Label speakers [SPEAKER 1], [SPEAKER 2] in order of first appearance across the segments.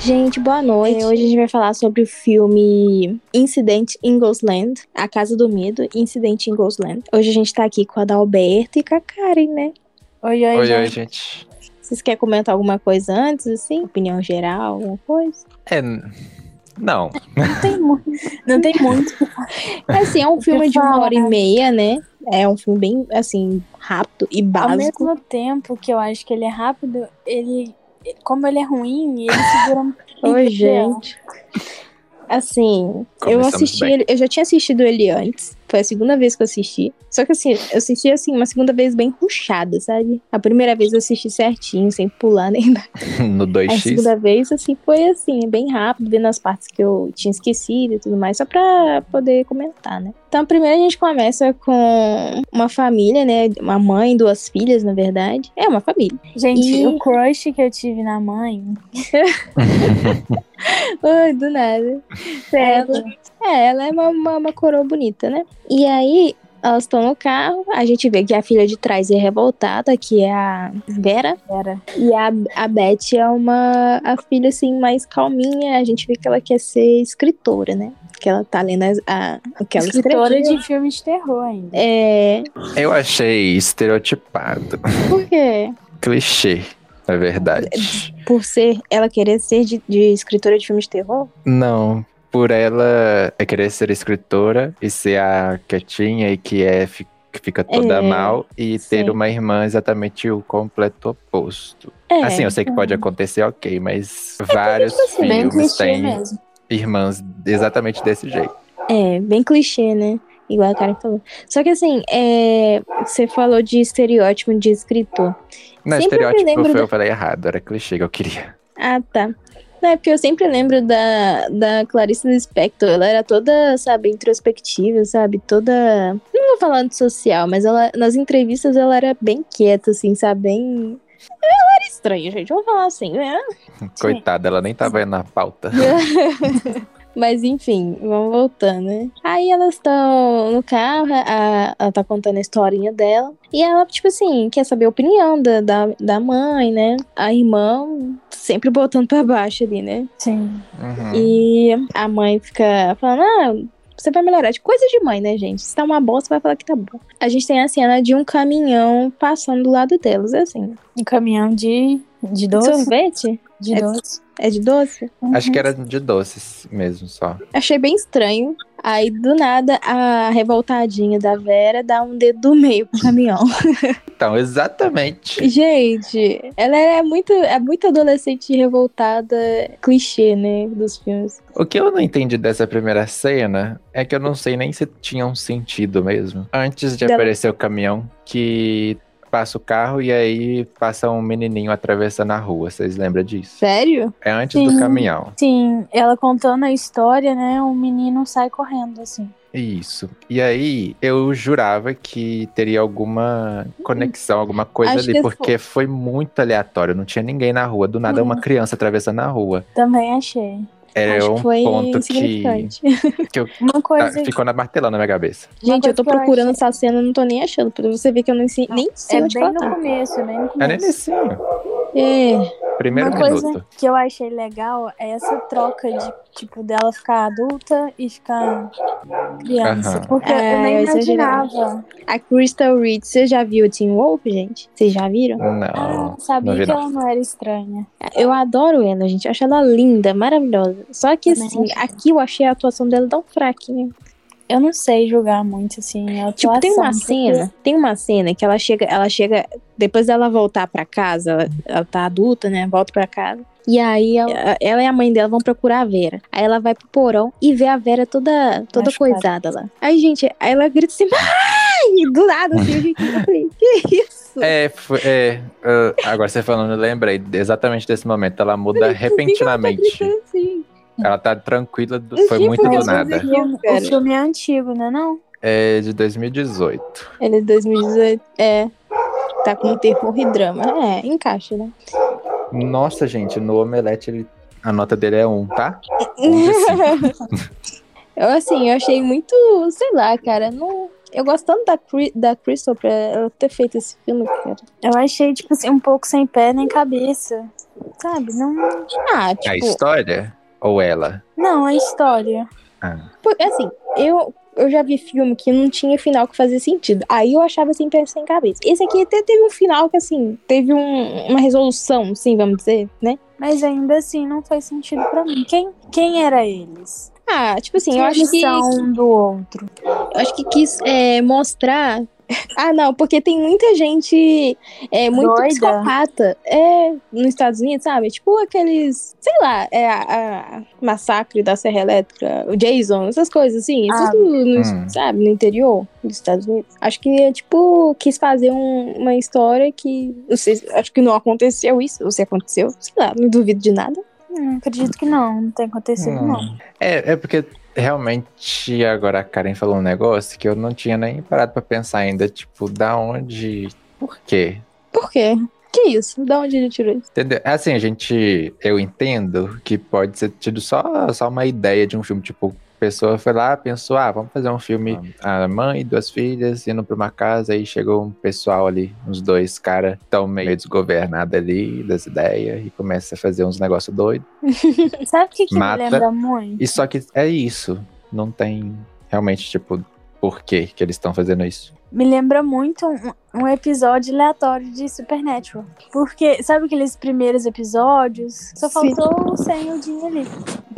[SPEAKER 1] Gente, boa noite. É, hoje a gente vai falar sobre o filme Incidente em Ghostland, A Casa do Medo, Incidente em Ghostland. Hoje a gente tá aqui com a Dalberta e com a Karen, né?
[SPEAKER 2] Oi, oi,
[SPEAKER 3] Oi,
[SPEAKER 2] gente.
[SPEAKER 3] oi, gente.
[SPEAKER 1] Vocês querem comentar alguma coisa antes, assim? Opinião geral, alguma coisa?
[SPEAKER 3] É. n- Não.
[SPEAKER 2] Não tem muito. Não tem muito.
[SPEAKER 1] É assim, é um filme de uma
[SPEAKER 2] falar?
[SPEAKER 1] hora e meia, né? É um filme bem, assim, rápido e
[SPEAKER 2] Ao
[SPEAKER 1] básico.
[SPEAKER 2] mesmo tempo que eu acho que ele é rápido, ele. Como ele é ruim, ele segura um muito.
[SPEAKER 1] Oi, gente. Assim, eu
[SPEAKER 3] Começamos
[SPEAKER 1] assisti
[SPEAKER 3] bem.
[SPEAKER 1] ele, eu já tinha assistido ele antes. Foi a segunda vez que eu assisti. Só que assim, eu assisti assim, uma segunda vez bem ruchada, sabe? A primeira vez eu assisti certinho, sem pular nem nada.
[SPEAKER 3] No
[SPEAKER 1] A
[SPEAKER 3] 2x.
[SPEAKER 1] É segunda vez, assim, foi assim, bem rápido, vendo as partes que eu tinha esquecido e tudo mais, só pra poder comentar, né? Então, primeiro a gente começa com uma família, né? Uma mãe, duas filhas, na verdade. É uma família.
[SPEAKER 2] Gente,
[SPEAKER 1] E-
[SPEAKER 2] o crush que eu tive na mãe.
[SPEAKER 1] Ai, do nada. Ela, é, ela é uma, uma, uma coroa bonita, né? E aí, elas estão no carro, a gente vê que a filha de trás é revoltada, que é a Vera,
[SPEAKER 2] Era.
[SPEAKER 1] e a, a Beth é uma a filha, assim, mais calminha, a gente vê que ela quer ser escritora, né? Que ela tá lendo as- a, o que ela
[SPEAKER 2] Escritora
[SPEAKER 1] escreveu.
[SPEAKER 2] de filme de terror ainda.
[SPEAKER 1] É,
[SPEAKER 3] Eu achei estereotipado.
[SPEAKER 1] por quê?
[SPEAKER 3] Clichê, na verdade.
[SPEAKER 1] Por ser, ela querer ser de, de escritora de filme de terror?
[SPEAKER 3] Não. Por ela é querer ser escritora e ser a quietinha e que é fi- que fica toda
[SPEAKER 1] É,
[SPEAKER 3] mal e ter
[SPEAKER 1] sim.
[SPEAKER 3] uma irmã exatamente o completo oposto.
[SPEAKER 1] É.
[SPEAKER 3] Assim, eu sei que pode acontecer, ok, mas vários
[SPEAKER 1] tipo assim,
[SPEAKER 2] É bem
[SPEAKER 3] filmes
[SPEAKER 2] clichê
[SPEAKER 3] têm
[SPEAKER 2] mesmo.
[SPEAKER 3] irmãs exatamente desse jeito.
[SPEAKER 1] É, bem clichê, né? Igual a Karen falou. Só que assim, é, você falou de estereótipo de escritor.
[SPEAKER 3] Não,
[SPEAKER 1] Sempre me
[SPEAKER 3] estereótipo
[SPEAKER 1] lembro
[SPEAKER 3] foi,
[SPEAKER 1] da-
[SPEAKER 3] eu falei errado, era clichê que eu queria.
[SPEAKER 1] Ah, tá. Não, é porque eu sempre lembro da, da Clarice Lispector. Ela era toda, sabe, introspectiva, sabe? Toda. Não vou falar antissocial, mas ela, nas entrevistas ela era bem quieta, assim, sabe? Bem. Ela era estranha, gente. Vamos falar assim, né?
[SPEAKER 3] Coitada, ela nem tava na pauta.
[SPEAKER 1] Mas enfim, vamos voltando, né? Aí elas estão no carro, a- ela tá contando a historinha dela. E ela, tipo assim, quer saber a opinião da, da, da mãe, né? A irmã sempre botando pra baixo ali, né?
[SPEAKER 2] Sim.
[SPEAKER 3] Uhum.
[SPEAKER 1] E a mãe fica falando, ah. Você vai melhorar de coisa de mãe, né, gente? Se tá uma bosta, vai falar que tá bom. A gente tem a cena de um caminhão passando do lado delas, assim.
[SPEAKER 2] Um caminhão de, de
[SPEAKER 1] De
[SPEAKER 2] doce.
[SPEAKER 1] sorvete?
[SPEAKER 2] De
[SPEAKER 1] É-
[SPEAKER 2] doce.
[SPEAKER 1] É de doce?
[SPEAKER 3] Acho que era de doces mesmo só.
[SPEAKER 1] Achei bem estranho. Aí, do nada, a revoltadinha da Vera dá um dedo do meio pro caminhão.
[SPEAKER 3] Então, exatamente.
[SPEAKER 1] Gente, ela é muito, é muito adolescente revoltada, clichê, né, dos filmes.
[SPEAKER 3] O que eu não entendi dessa primeira cena é que eu não sei nem se tinha um sentido mesmo. Antes de
[SPEAKER 1] Dela-
[SPEAKER 3] aparecer o caminhão, que passa o carro e aí passa um menininho atravessando a rua. Vocês lembram disso?
[SPEAKER 1] Sério?
[SPEAKER 3] É antes do
[SPEAKER 2] Sim.
[SPEAKER 3] caminhão.
[SPEAKER 2] Uhum. Sim, ela contando a história, né? O menino sai correndo, assim.
[SPEAKER 3] Isso. E aí, eu jurava que teria alguma conexão, alguma coisa
[SPEAKER 1] Acho que
[SPEAKER 3] ali,
[SPEAKER 1] eu
[SPEAKER 3] porque foi muito aleatório. Não tinha ninguém na rua. Do nada, uma criança atravessando a rua.
[SPEAKER 2] Também achei.
[SPEAKER 3] Era
[SPEAKER 1] Uhum. Acho
[SPEAKER 3] um
[SPEAKER 1] que foi
[SPEAKER 3] ponto que,
[SPEAKER 1] insignificante.
[SPEAKER 3] que eu
[SPEAKER 2] Uma
[SPEAKER 3] tá,
[SPEAKER 2] coisa é
[SPEAKER 3] ficou na martelando na minha cabeça.
[SPEAKER 1] Gente, eu tô
[SPEAKER 2] coisa que eu
[SPEAKER 1] procurando
[SPEAKER 2] achei-
[SPEAKER 1] essa cena, não tô nem achando. Pra você ver que eu nem sei, nem sei
[SPEAKER 2] é
[SPEAKER 1] onde
[SPEAKER 2] bem
[SPEAKER 1] ela
[SPEAKER 2] no
[SPEAKER 1] tá.
[SPEAKER 2] começo, é bem no
[SPEAKER 3] É nem
[SPEAKER 2] começo.
[SPEAKER 3] nesse
[SPEAKER 1] É,
[SPEAKER 3] primeiro
[SPEAKER 2] Uma
[SPEAKER 3] minuto.
[SPEAKER 2] coisa que eu achei legal é essa troca de, tipo, dela ficar adulta e ficar criança.
[SPEAKER 3] Aham.
[SPEAKER 2] Porque
[SPEAKER 1] É,
[SPEAKER 2] eu
[SPEAKER 1] eu
[SPEAKER 2] nem
[SPEAKER 1] exagerava.
[SPEAKER 2] imaginava.
[SPEAKER 1] a Crystal Reed, vocês já viu o Teen Wolf, gente? Vocês já viram?
[SPEAKER 2] Ah,
[SPEAKER 3] Não.
[SPEAKER 2] eu sabia
[SPEAKER 3] não vi
[SPEAKER 2] que
[SPEAKER 3] não.
[SPEAKER 2] ela não era estranha.
[SPEAKER 1] Eu adoro ela, gente. Eu acho ela linda, maravilhosa. Só que,
[SPEAKER 2] Também
[SPEAKER 1] assim, aqui eu achei a atuação dela tão fraquinha.
[SPEAKER 2] Eu não sei julgar muito, assim, a
[SPEAKER 1] Tipo, tem uma
[SPEAKER 2] atuação,
[SPEAKER 1] cena, tem uma cena que ela chega, ela chega, depois dela voltar pra casa, ela, ela tá adulta, né? Volta pra casa. E aí ela, ela e a mãe dela vão procurar a Vera. Aí ela vai pro porão e vê a Vera toda, toda
[SPEAKER 2] Machucada.
[SPEAKER 1] coisada lá. Aí, gente, aí ela grita assim, mãe! Do nada, assim, eu fiquei, eu falei, que isso?
[SPEAKER 3] É, foi- é, ah, agora você falando, eu lembrei exatamente desse momento. Ela muda
[SPEAKER 1] Por que
[SPEAKER 3] repentinamente.
[SPEAKER 1] que ela tá gritando assim?
[SPEAKER 3] Ela tá tranquila, do-
[SPEAKER 1] Eu
[SPEAKER 3] foi
[SPEAKER 1] juro
[SPEAKER 3] muito
[SPEAKER 1] por
[SPEAKER 3] do
[SPEAKER 1] Deus,
[SPEAKER 2] porque
[SPEAKER 3] nada.
[SPEAKER 1] eu
[SPEAKER 2] O filme,
[SPEAKER 1] Cara.
[SPEAKER 2] o filme é antigo, né? Não?
[SPEAKER 3] É de 2018.
[SPEAKER 1] Ele é de 2018, é, tá com terror e drama. É, encaixa, né?
[SPEAKER 3] Nossa, gente, no Omelete ele- a nota dele é 1, um, tá? Um de cinco.
[SPEAKER 1] Eu, assim, eu achei muito, sei lá, cara, não. Eu gosto tanto da, Cri- da Crystal pra ela ter feito esse filme, cara.
[SPEAKER 2] Eu achei, tipo assim, um pouco sem pé nem cabeça. Sabe? Não,
[SPEAKER 1] Ah,
[SPEAKER 3] A
[SPEAKER 1] tipo,
[SPEAKER 3] história ou ela?
[SPEAKER 2] não a história.
[SPEAKER 1] Por- Assim, eu, eu já vi filme que não tinha final que fazia sentido. Aí eu achava assim, pé sem cabeça. Esse aqui até teve um final que, assim, teve um- uma resolução, assim, vamos dizer, né?
[SPEAKER 2] Mas ainda assim, não faz sentido pra mim. Quem, quem era eles?
[SPEAKER 1] Ah, tipo assim,
[SPEAKER 2] Quem
[SPEAKER 1] eu acho
[SPEAKER 2] eles
[SPEAKER 1] que,
[SPEAKER 2] são um do outro.
[SPEAKER 1] eu acho que quis é, mostrar. Ah, não, porque tem muita gente é, muito
[SPEAKER 2] Doida.
[SPEAKER 1] psicopata é, nos Estados Unidos, sabe? Tipo aqueles, sei lá, é a, a massacre da Serra Elétrica, o Jason, essas coisas assim,
[SPEAKER 2] Ah.
[SPEAKER 1] tudo no,
[SPEAKER 3] Hum.
[SPEAKER 1] sabe, no interior dos Estados Unidos. Acho que é tipo, quis fazer um- uma história que, não sei, acho que não aconteceu isso, ou se aconteceu, sei lá, não duvido de nada.
[SPEAKER 2] Não Hum, acredito que não, não tem acontecido
[SPEAKER 3] Hum.
[SPEAKER 2] não.
[SPEAKER 3] É, é porque realmente agora a Karen falou um negócio que eu não tinha nem parado pra pensar ainda, tipo, da onde, por quê?
[SPEAKER 1] Por quê? Que isso? Da onde ele tirou isso?
[SPEAKER 3] Entendeu? Assim, a gente, eu entendo que pode ser tido só, só uma ideia de um filme, tipo, a pessoa foi lá, pensou, ah, vamos fazer um filme, a mãe e duas filhas indo pra uma casa, aí chegou um pessoal ali, uns dois caras tão meio desgovernados ali, das ideias, e começa a fazer uns negócios doidos.
[SPEAKER 2] Sabe o que, que me
[SPEAKER 3] Mata.
[SPEAKER 2] lembra muito?
[SPEAKER 3] E só que é isso, não tem realmente, tipo, por que que eles estão fazendo isso.
[SPEAKER 2] Me lembra muito um, um episódio aleatório de Supernatural. Porque, sabe aqueles primeiros episódios? Só
[SPEAKER 1] Sim.
[SPEAKER 2] faltou sem o Jim ali.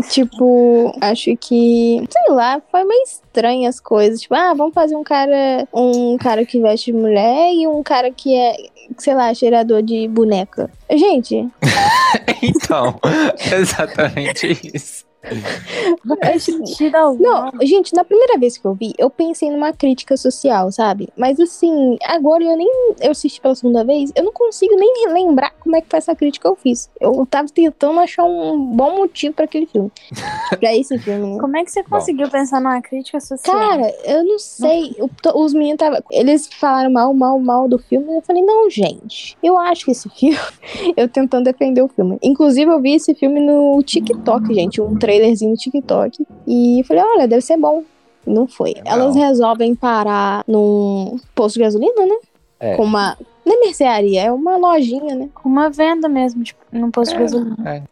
[SPEAKER 1] Tipo, acho que, sei lá, foi meio estranho as coisas. Tipo, ah, vamos fazer um cara, um cara que veste de mulher e um cara que é, sei lá, cheirador de boneca. Gente,
[SPEAKER 3] Então, exatamente isso.
[SPEAKER 1] acho,
[SPEAKER 2] Tira algum.
[SPEAKER 1] Não, gente, na primeira vez que eu vi, eu pensei numa crítica social, sabe? Mas assim, agora eu nem. Eu assisti pela segunda vez, eu não consigo nem lembrar como é que foi essa crítica que eu fiz. Eu tava tentando achar um bom motivo pra aquele filme. pra esse filme, né?
[SPEAKER 2] Como é que você conseguiu pensar numa crítica social?
[SPEAKER 1] Cara, eu não sei. eu tô- os meninos tava, eles falaram mal, mal, mal do filme. Eu falei, não, gente, eu acho que esse filme. eu tentando defender o filme. Inclusive, eu vi esse filme no TikTok, gente. Um trailerzinho no TikTok. E falei, olha, deve ser bom. E Não foi.
[SPEAKER 3] Não.
[SPEAKER 1] Elas resolvem parar num posto de gasolina, né?
[SPEAKER 3] É.
[SPEAKER 1] Com uma. Não é mercearia, é uma lojinha, né?
[SPEAKER 2] Uma venda mesmo, tipo, num posto de gasolina.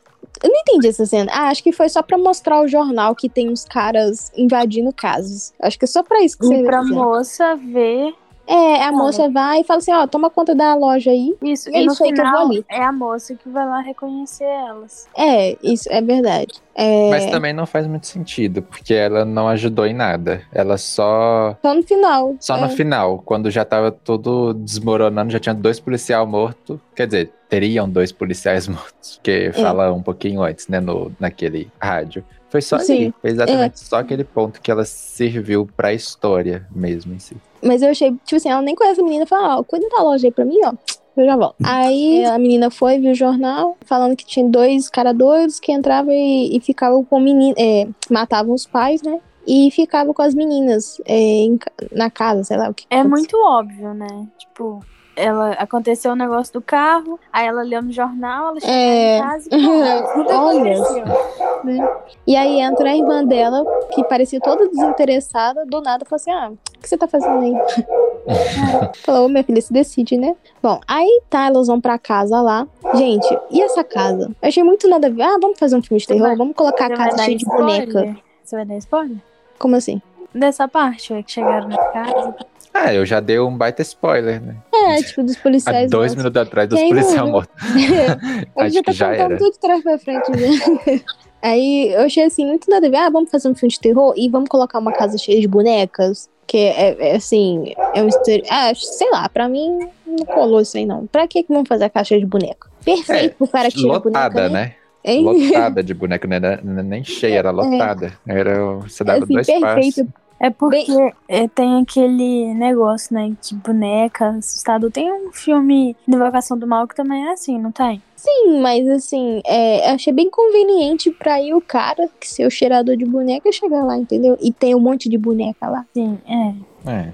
[SPEAKER 1] Eu não entendi essa cena. Ah, acho que foi só pra mostrar o jornal que tem uns caras invadindo casas. Acho que é só pra isso que você
[SPEAKER 2] E pra
[SPEAKER 1] essa cena.
[SPEAKER 2] moça ver.
[SPEAKER 1] É,
[SPEAKER 3] Tá
[SPEAKER 1] a moça vai e fala assim, ó, toma conta da loja aí.
[SPEAKER 2] Isso,
[SPEAKER 1] É
[SPEAKER 2] e no
[SPEAKER 1] isso aí que eu vou
[SPEAKER 2] final
[SPEAKER 1] ali.
[SPEAKER 2] é a moça que vai lá reconhecer elas.
[SPEAKER 1] É, isso é verdade. É,
[SPEAKER 3] Mas também não faz muito sentido, porque ela não ajudou em nada. Ela só.
[SPEAKER 1] só no final.
[SPEAKER 3] Só
[SPEAKER 1] é.
[SPEAKER 3] no final, quando já tava tudo desmoronando, já tinha dois policiais mortos. Quer dizer, teriam dois policiais mortos, que
[SPEAKER 1] É.
[SPEAKER 3] fala um pouquinho antes, né, no, naquele rádio. Foi só
[SPEAKER 1] Sim, É.
[SPEAKER 3] ali, foi exatamente só aquele ponto que ela serviu pra história mesmo em si.
[SPEAKER 1] Mas eu achei, tipo assim, ela nem conhece a menina, fala, ó, cuida da loja aí pra mim, ó. Eu já volto. Aí a menina foi, viu o jornal, falando que tinha dois caras doidos que entravam e, e ficavam com meninas. É, matavam os pais, né? E ficavam com as meninas é, em ca- na casa, sei lá o que.
[SPEAKER 2] É muito óbvio, né? Tipo, ela aconteceu o negócio do carro, aí ela leu no jornal, ela chegou
[SPEAKER 1] É.
[SPEAKER 2] em casa e pronto, tudo
[SPEAKER 1] Olha.
[SPEAKER 2] aconteceu.
[SPEAKER 1] E aí entra a irmã dela, que parecia toda desinteressada, do nada falou assim: Ah, o que você tá fazendo aí? Falou, "Ô, minha filha, se decide, né? Bom, aí tá, elas vão pra casa lá. Gente, e essa casa? Eu achei muito nada a ver. Ah, vamos fazer um filme de terror,
[SPEAKER 2] vai-
[SPEAKER 1] vamos colocar a
[SPEAKER 2] Você vai
[SPEAKER 1] casa
[SPEAKER 2] dar
[SPEAKER 1] cheia de
[SPEAKER 2] spoiler?
[SPEAKER 1] boneca.
[SPEAKER 2] Você vai dar spoiler?
[SPEAKER 1] Como assim?
[SPEAKER 2] Dessa parte, ué, que chegaram na casa.
[SPEAKER 3] Ah, eu já dei um baita spoiler, né?
[SPEAKER 1] É, tipo, dos
[SPEAKER 3] Há
[SPEAKER 1] policiais.
[SPEAKER 3] dois
[SPEAKER 1] mortos.
[SPEAKER 3] minutos atrás dos
[SPEAKER 1] Quem não
[SPEAKER 3] policiais
[SPEAKER 1] viu?
[SPEAKER 3] mortos.
[SPEAKER 1] Ele
[SPEAKER 3] Acho
[SPEAKER 1] já tá
[SPEAKER 3] que já
[SPEAKER 1] contando
[SPEAKER 3] era.
[SPEAKER 1] tudo de trás pra frente, né? Aí eu achei assim, muito nada a ver. Ah, vamos fazer um filme de terror e vamos colocar uma casa cheia de bonecas. Que é, é, assim, é um estereo... Ah, sei lá, pra mim não colou isso aí não. Pra que que vamos fazer a caixa de boneca? Perfeito pro cara que tira boneca,
[SPEAKER 3] É, Lotada,
[SPEAKER 1] né?
[SPEAKER 3] né?
[SPEAKER 1] Hein? É.
[SPEAKER 3] Lotada de boneco, não era não era nem cheia, era lotada. Era, o- você dava
[SPEAKER 1] Assim,
[SPEAKER 3] dois
[SPEAKER 1] perfeito.
[SPEAKER 3] passos.
[SPEAKER 2] É porque é, tem aquele negócio, né, de boneca, assustado. Tem um filme de Invocação do Mal que também é assim, não tem?
[SPEAKER 1] Sim, mas assim, é, eu achei bem conveniente pra ir o cara, que ser o cheirador de boneca, chegar lá, entendeu? E tem um monte de boneca lá.
[SPEAKER 2] Sim, é.
[SPEAKER 3] É.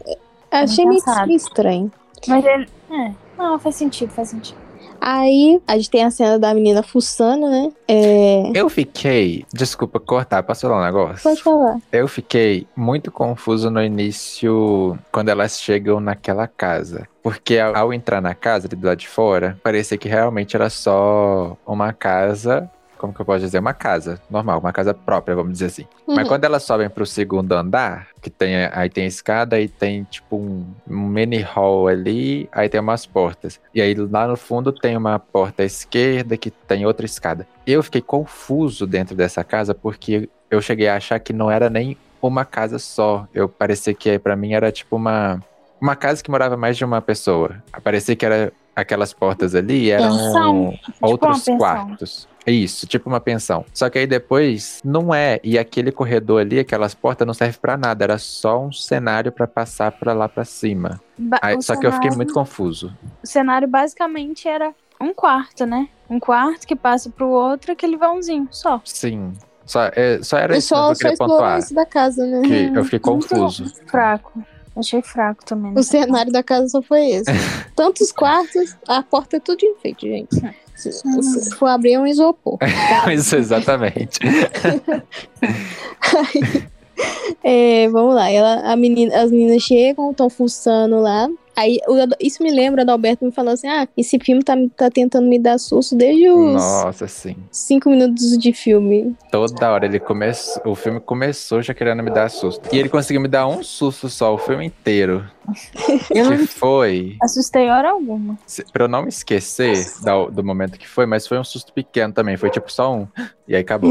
[SPEAKER 1] Achei meio
[SPEAKER 2] pensado.
[SPEAKER 1] estranho.
[SPEAKER 2] Mas ele. É. Não, faz sentido, faz sentido.
[SPEAKER 1] Aí a gente tem a cena da menina fuçando, né? É...
[SPEAKER 3] Eu fiquei. Desculpa cortar, posso falar um negócio?
[SPEAKER 1] Pode falar.
[SPEAKER 3] Eu fiquei muito confuso no início quando elas chegam naquela casa. Porque ao, ao entrar na casa ali do lado de fora, parecia que realmente era só uma casa. Como que eu posso dizer? Uma casa normal, uma casa própria, vamos dizer assim. Mas
[SPEAKER 1] Uhum.
[SPEAKER 3] quando elas sobem pro segundo andar, que tem aí tem a escada e tem tipo um, um mini hall ali, aí tem umas portas. E aí lá no fundo tem uma porta à esquerda que tem outra escada. Eu fiquei confuso dentro dessa casa porque eu cheguei a achar que não era nem uma casa só. Eu parecia que pra mim era tipo uma uma casa que morava mais de uma pessoa. Parecia que era aquelas portas ali um eram
[SPEAKER 2] Pensão.
[SPEAKER 3] outros
[SPEAKER 2] Tipo pensão.
[SPEAKER 3] quartos. É Isso, tipo uma pensão. Só que aí depois não é. E aquele corredor ali, aquelas portas não serve pra nada, era só um cenário pra passar pra lá pra cima.
[SPEAKER 2] Ba-
[SPEAKER 3] Aí-
[SPEAKER 2] o
[SPEAKER 3] só que eu fiquei
[SPEAKER 2] Um cenário-
[SPEAKER 3] muito confuso.
[SPEAKER 2] O cenário basicamente era um quarto, né? Um quarto que passa pro outro, aquele vãozinho só.
[SPEAKER 3] Sim. Só, é, só era
[SPEAKER 1] Eu
[SPEAKER 3] isso que
[SPEAKER 1] só, só
[SPEAKER 3] eu queria
[SPEAKER 1] explorou
[SPEAKER 3] pontuar.
[SPEAKER 1] isso da casa, né?
[SPEAKER 2] assim.
[SPEAKER 3] Que eu fiquei confuso.
[SPEAKER 2] Fraco. Achei fraco também. né?
[SPEAKER 1] O cenário da casa só foi esse. Tantos quartos, a porta é tudo de enfeite, gente. Se,
[SPEAKER 2] Ah.
[SPEAKER 1] se for abrir, é um isopor.
[SPEAKER 3] Isso, exatamente.
[SPEAKER 1] É, vamos lá. Ela, a menina, as meninas chegam, estão fuçando lá. Aí, o Ad- isso me lembra do Alberto me falando assim: ah, esse filme tá, tá tentando me dar susto desde os
[SPEAKER 3] Nossa, sim.
[SPEAKER 1] cinco minutos de filme.
[SPEAKER 3] Toda hora ele começou. O filme começou já querendo me dar susto. E ele conseguiu me dar um susto só, o filme inteiro.
[SPEAKER 2] Eu
[SPEAKER 3] Que
[SPEAKER 2] não
[SPEAKER 3] foi.
[SPEAKER 2] assustei hora alguma.
[SPEAKER 3] se- Pra eu não me esquecer da- do momento que foi, mas foi um susto pequeno também. Foi tipo só um. E aí acabou.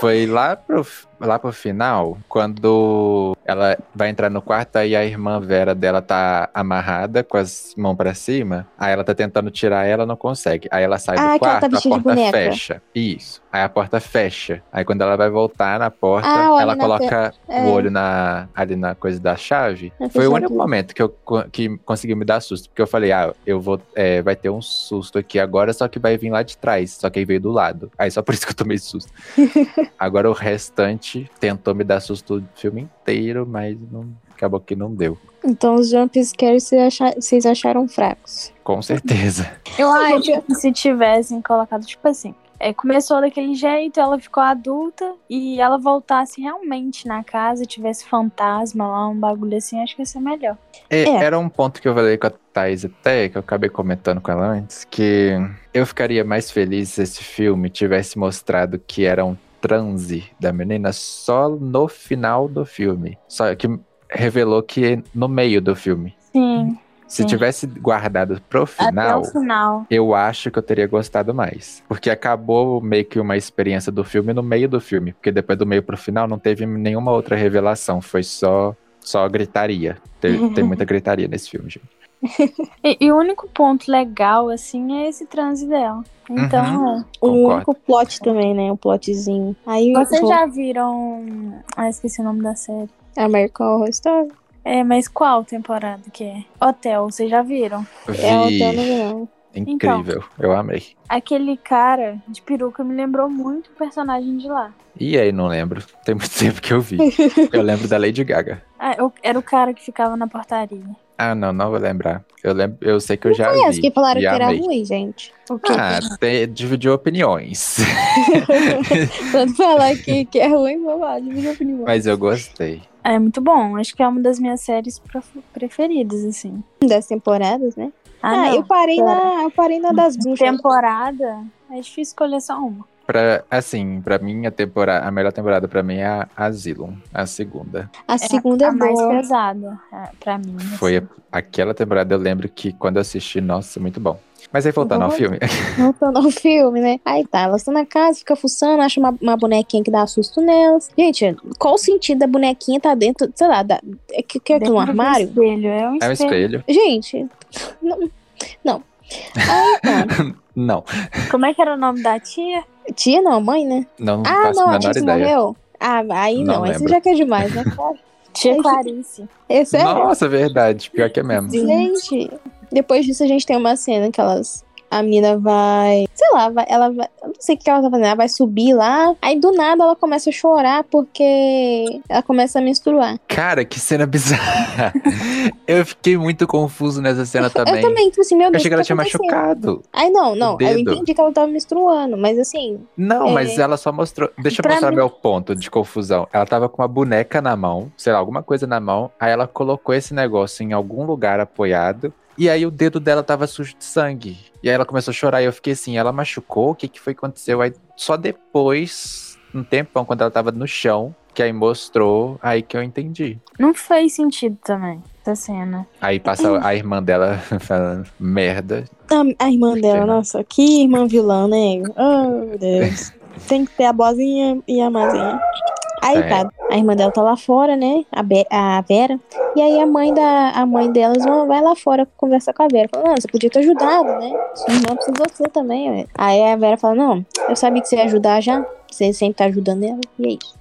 [SPEAKER 3] Foi lá pro, lá pro final, quando ela vai entrar no quarto, aí a irmã Vera dela tá amarrada com as mãos pra cima. Aí ela tá tentando tirar ela, não consegue. Aí ela sai
[SPEAKER 1] Ah,
[SPEAKER 3] do
[SPEAKER 1] que ela tá
[SPEAKER 3] quarto, a
[SPEAKER 1] vestida de
[SPEAKER 3] porta
[SPEAKER 1] boneca.
[SPEAKER 3] fecha. Isso. Aí a porta fecha. Aí quando ela vai voltar na porta,
[SPEAKER 1] Ah, olha
[SPEAKER 3] ela
[SPEAKER 1] na
[SPEAKER 3] coloca
[SPEAKER 1] É.
[SPEAKER 3] o olho na, ali na coisa da chave.
[SPEAKER 1] Na
[SPEAKER 3] Foi o
[SPEAKER 1] fechadura.
[SPEAKER 3] único momento que, eu, co- que conseguiu me dar susto. Porque eu falei, ah, eu vou. é, vai ter um susto aqui agora, só que vai vir lá de trás. Só que aí veio do lado. Aí só por isso que eu tomei susto. agora o restante tentou me dar susto o filme inteiro, mas não- acabou que não deu.
[SPEAKER 1] Então, os jump scares vocês acha- vocês acharam fracos.
[SPEAKER 3] Com certeza.
[SPEAKER 2] Eu acho que se tivessem colocado, tipo assim, é, começou daquele jeito, ela ficou adulta e ela voltasse realmente na casa, tivesse fantasma lá, um bagulho assim, acho que ia ser melhor.
[SPEAKER 3] É,
[SPEAKER 1] É.
[SPEAKER 3] Era um ponto que eu falei com a Thais até, que eu acabei comentando com ela antes, que eu ficaria mais feliz se esse filme tivesse mostrado que era um transe da menina só no final do filme. Só que revelou que é no meio do filme.
[SPEAKER 2] Sim,
[SPEAKER 3] Se
[SPEAKER 2] Sim.
[SPEAKER 3] tivesse guardado pro
[SPEAKER 2] até
[SPEAKER 3] Um final,
[SPEAKER 2] o final.
[SPEAKER 3] eu acho que eu teria gostado mais. Porque acabou meio que uma experiência do filme no meio do filme. Porque depois do meio pro final não teve nenhuma outra revelação. Foi só, só gritaria. Tem, tem muita gritaria nesse filme, gente.
[SPEAKER 2] E, e o único ponto legal, assim, é esse transe dela. Então,
[SPEAKER 3] Uhum.
[SPEAKER 2] é.
[SPEAKER 1] O
[SPEAKER 3] Concordo.
[SPEAKER 1] um único plot também, né? O plotzinho. Aí
[SPEAKER 2] Vocês
[SPEAKER 1] o-
[SPEAKER 2] já viram. Ah, esqueci o nome da série.
[SPEAKER 1] American Horror Story.
[SPEAKER 2] É, mas qual temporada que é? Hotel, vocês já viram?
[SPEAKER 1] É o hotel no então.
[SPEAKER 3] Vi.
[SPEAKER 1] verão.
[SPEAKER 3] Incrível. Eu amei.
[SPEAKER 2] Aquele cara de peruca me lembrou muito o personagem de lá.
[SPEAKER 3] E aí, não lembro. Tem muito tempo que eu vi. Eu lembro da Lady Gaga.
[SPEAKER 2] Ah, eu- era o cara que ficava na portaria.
[SPEAKER 3] Ah, não, não vou lembrar. Eu, lembro, eu sei que eu já
[SPEAKER 1] Foi essa
[SPEAKER 3] vi.
[SPEAKER 1] que falaram
[SPEAKER 3] e
[SPEAKER 1] que era
[SPEAKER 3] amei.
[SPEAKER 1] ruim, gente.
[SPEAKER 2] O quê?
[SPEAKER 3] Ah, te- dividiu opiniões.
[SPEAKER 1] Quando falar que, que é ruim, vamos lá, divide a opinião.
[SPEAKER 3] Mas eu gostei.
[SPEAKER 2] É muito bom. Acho que é uma das minhas séries prof- preferidas, assim.
[SPEAKER 1] Das temporadas, né?
[SPEAKER 2] Ah,
[SPEAKER 1] Ah,
[SPEAKER 2] não.
[SPEAKER 1] eu parei na. Eu parei na das bruxas.
[SPEAKER 2] Temporada, é difícil escolher só uma.
[SPEAKER 3] Pra, assim, pra mim, a, temporada, a melhor temporada pra mim é a Asylum, a segunda.
[SPEAKER 1] A segunda é
[SPEAKER 2] a tá mais
[SPEAKER 1] boa.
[SPEAKER 2] pesada, é, pra mim. assim.
[SPEAKER 3] Foi a- aquela temporada, eu lembro que quando eu assisti, nossa, é muito bom. Mas aí, voltando ao
[SPEAKER 1] Bom.
[SPEAKER 3] filme, é um
[SPEAKER 1] Voltando ao filme, né? Aí tá, elas estão na casa, fica fuçando, acha uma, uma bonequinha que dá susto nelas. Gente, qual o sentido da bonequinha tá dentro, sei lá, da, é que, que é aquilo, um
[SPEAKER 2] Dentro do
[SPEAKER 1] armário?
[SPEAKER 2] Espelho, é um
[SPEAKER 3] é
[SPEAKER 2] espelho.
[SPEAKER 3] um espelho.
[SPEAKER 1] Gente, não. Não. Aí tá.
[SPEAKER 3] Não,
[SPEAKER 2] Como é que era o nome da tia?
[SPEAKER 1] Tia não, mãe, né?
[SPEAKER 3] não
[SPEAKER 1] Ah,
[SPEAKER 3] faço
[SPEAKER 1] não,
[SPEAKER 3] a
[SPEAKER 1] a
[SPEAKER 3] menor
[SPEAKER 1] tia que
[SPEAKER 3] ideia.
[SPEAKER 1] morreu? Ah, aí
[SPEAKER 3] Não
[SPEAKER 1] não, aí você
[SPEAKER 3] lembro.
[SPEAKER 1] já quer demais, né? Claro.
[SPEAKER 2] Tia Clarice.
[SPEAKER 1] É sério?
[SPEAKER 3] Nossa, verdade. Pior que é mesmo.
[SPEAKER 1] Gente, depois disso a gente tem uma cena que elas. A menina vai sei lá, vai- ela vai. Eu não sei o que ela tá fazendo. Ela vai subir lá. Aí do nada ela começa a chorar porque ela começa a menstruar.
[SPEAKER 3] Cara, que cena bizarra. eu fiquei muito confuso nessa cena também.
[SPEAKER 1] Eu também, tipo assim, meu
[SPEAKER 3] Eu
[SPEAKER 1] Deus.
[SPEAKER 3] achei que
[SPEAKER 1] o
[SPEAKER 3] ela tinha
[SPEAKER 1] aconteceu?
[SPEAKER 3] machucado.
[SPEAKER 1] Aí não, não.
[SPEAKER 3] O
[SPEAKER 1] Eu
[SPEAKER 3] dedo.
[SPEAKER 1] entendi que ela tava menstruando, mas assim,
[SPEAKER 3] Não,
[SPEAKER 1] É.
[SPEAKER 3] mas ela só mostrou. Deixa eu
[SPEAKER 2] Pra
[SPEAKER 3] mostrar
[SPEAKER 2] mim-
[SPEAKER 3] meu ponto de confusão. Ela tava com uma boneca na mão, sei lá, alguma coisa na mão. Aí ela colocou esse negócio em algum lugar apoiado. E aí o dedo dela tava sujo de sangue. E aí ela começou a chorar. E eu fiquei assim, ela machucou? O que que foi que aconteceu? Aí só depois, um tempão, quando ela tava no chão, que aí mostrou, aí que eu entendi.
[SPEAKER 2] Não fez sentido também essa cena.
[SPEAKER 3] Aí passa a irmã dela falando, merda.
[SPEAKER 1] A, a irmã dela,
[SPEAKER 3] Sei lá.
[SPEAKER 1] nossa, que irmã vilã, né? Oh, meu Deus. Tem que ter a bozinha e a mazinha. Aí
[SPEAKER 3] É.
[SPEAKER 1] tá, a irmã dela tá lá fora, né? A, Be- a Vera. E aí a mãe, da, a mãe delas vão- vai lá fora conversar com a Vera. Fala, não, você podia ter ajudado, né? Sua irmã precisa de você também, ué." Aí a Vera fala, não, eu sabia que você ia ajudar já. Você sempre tá ajudando ela. E é isso.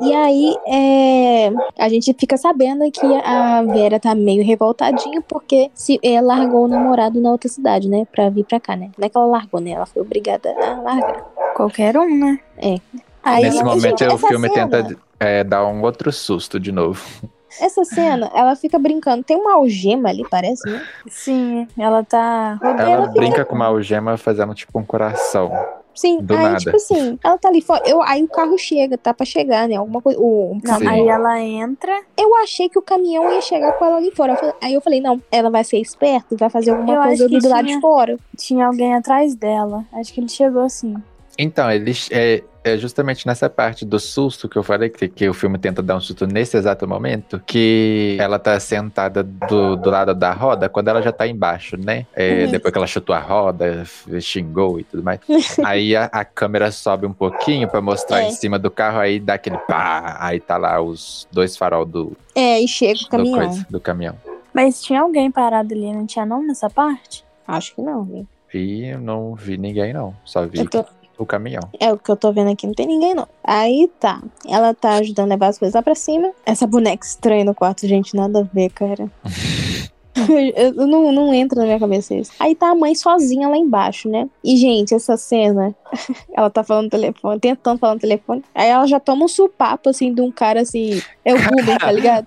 [SPEAKER 1] E aí, é, a gente fica sabendo que a Vera tá meio revoltadinha porque se ela largou o namorado na outra cidade, né? Pra vir pra cá, né? Não é que ela largou, né? Ela foi obrigada a largar.
[SPEAKER 2] Qualquer um, né?
[SPEAKER 1] Aí,
[SPEAKER 3] Nesse
[SPEAKER 1] gente,
[SPEAKER 3] momento o
[SPEAKER 1] essa
[SPEAKER 3] filme
[SPEAKER 1] cena-
[SPEAKER 3] tenta é, dar um outro susto de novo.
[SPEAKER 1] Essa cena, ela fica brincando. Tem uma algema ali, parece, né?
[SPEAKER 2] Sim, ela tá rodando.
[SPEAKER 3] Ela
[SPEAKER 1] Ela fica-
[SPEAKER 3] brinca com uma algema fazendo tipo um coração.
[SPEAKER 1] Sim,
[SPEAKER 3] Do
[SPEAKER 1] aí,
[SPEAKER 3] nada.
[SPEAKER 1] tipo assim, ela tá ali fora. Eu, aí o carro chega, tá pra chegar, né? Alguma coisa. O, o
[SPEAKER 2] Não,
[SPEAKER 3] Sim.
[SPEAKER 2] aí ela entra.
[SPEAKER 1] Eu achei que o caminhão ia chegar com ela ali fora. Eu falei- Aí eu falei, não, ela vai ser esperta e vai fazer alguma
[SPEAKER 2] Eu
[SPEAKER 1] coisa
[SPEAKER 2] acho que é
[SPEAKER 1] ali do lado
[SPEAKER 2] tinha-
[SPEAKER 1] de fora.
[SPEAKER 2] Tinha alguém atrás dela. Acho que ele chegou assim.
[SPEAKER 3] Então, eles é, é justamente nessa parte do susto que eu falei que, que o filme tenta dar um susto nesse exato momento, que ela tá sentada do, do lado da roda quando ela já tá embaixo, né? É,
[SPEAKER 1] Uhum.
[SPEAKER 3] Depois que ela chutou a roda, f- xingou e tudo mais. aí a, a câmera sobe um pouquinho pra mostrar
[SPEAKER 1] É.
[SPEAKER 3] em cima do carro, aí dá aquele pá, aí tá lá os dois farol do,
[SPEAKER 1] É, e chega o
[SPEAKER 3] do,
[SPEAKER 1] caminhão.
[SPEAKER 3] coisa, do caminhão.
[SPEAKER 2] Mas tinha alguém parado ali, não tinha não nessa parte?
[SPEAKER 1] Acho que não, né?
[SPEAKER 3] E eu não vi ninguém, não. Só vi
[SPEAKER 1] Eu tô-
[SPEAKER 3] o caminhão.
[SPEAKER 1] É o que eu tô vendo aqui, não tem ninguém não. Aí tá, ela tá ajudando a levar as coisas lá pra cima. Essa boneca estranha no quarto, gente, nada a ver, cara. Eu- eu não, não entra na minha cabeça isso. Aí tá a mãe sozinha lá embaixo, né? E, gente, essa cena, ela tá falando no telefone, tentando falar no telefone. Aí ela já toma um supapo, assim, de um cara assim, é o Boomer, tá ligado?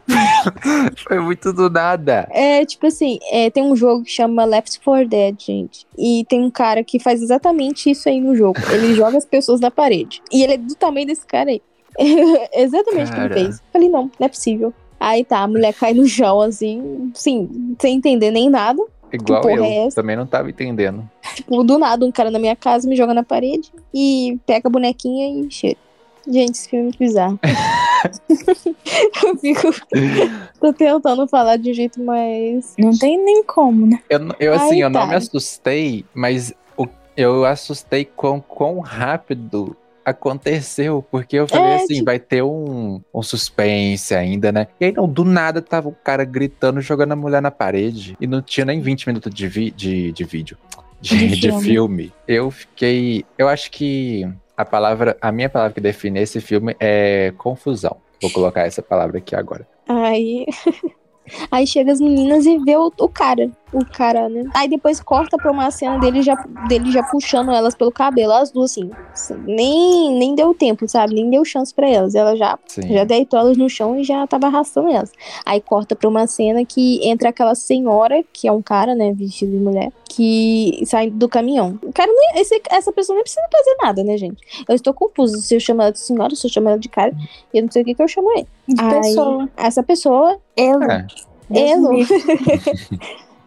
[SPEAKER 3] Foi muito do nada.
[SPEAKER 1] É, tipo assim, é, tem um jogo que chama Left 4 Dead, gente. E tem um cara que faz exatamente isso aí no jogo. Ele joga as pessoas na parede. E ele é do tamanho desse cara aí. É exatamente o que ele
[SPEAKER 3] Cara.
[SPEAKER 1] fez. Falei, não, não é possível. Aí tá, a mulher cai no chão, assim, sim, sem entender nem nada.
[SPEAKER 3] Igual
[SPEAKER 1] porra
[SPEAKER 3] eu.
[SPEAKER 1] é essa?
[SPEAKER 3] Também não tava entendendo.
[SPEAKER 1] Tipo, do nada, um cara na minha casa me joga na parede e pega a bonequinha e cheira. Gente, esse filme é muito bizarro. eu fico. Tô tentando falar de um jeito mais.
[SPEAKER 2] Não tem nem como, né?
[SPEAKER 3] Eu, n- eu assim,
[SPEAKER 1] Ai, tá.
[SPEAKER 3] eu não
[SPEAKER 1] cara.
[SPEAKER 3] me assustei, mas o- eu assustei com quão rápido aconteceu. Porque eu falei
[SPEAKER 1] É,
[SPEAKER 3] assim,
[SPEAKER 1] tipo-
[SPEAKER 3] vai ter um, um suspense ainda, né? E aí não, do nada tava o cara gritando, jogando a mulher na parede. E não tinha nem 20 minutos de, vi- de, de vídeo. De,
[SPEAKER 2] De
[SPEAKER 3] de
[SPEAKER 2] filme.
[SPEAKER 3] filme. Eu fiquei. Eu acho que a palavra. A minha palavra que define esse filme é confusão. Vou colocar essa palavra aqui agora.
[SPEAKER 1] Aí. Aí chega as meninas e vê o, o cara. O cara, né? Aí depois corta pra uma cena dele já, dele já puxando elas pelo cabelo. As duas, assim. Nem, nem deu tempo, sabe? Nem deu chance pra elas. Ela já,
[SPEAKER 3] Sim. É,
[SPEAKER 1] já deitou elas no chão e já tava arrastando elas. Aí corta pra uma cena que entra aquela senhora, que é um cara, né? Vestido de mulher, que sai do caminhão. O cara, nem, esse- essa pessoa nem precisa fazer nada, né, gente? Eu estou confusa se eu chamo ela de senhora, se eu chamo ela de cara. Eu não sei o que, que eu chamo ele.
[SPEAKER 2] De
[SPEAKER 1] Ai,
[SPEAKER 2] pessoa.
[SPEAKER 1] Essa pessoa,
[SPEAKER 2] Elo.
[SPEAKER 3] É.
[SPEAKER 2] Deus
[SPEAKER 1] Elo.
[SPEAKER 2] me livre.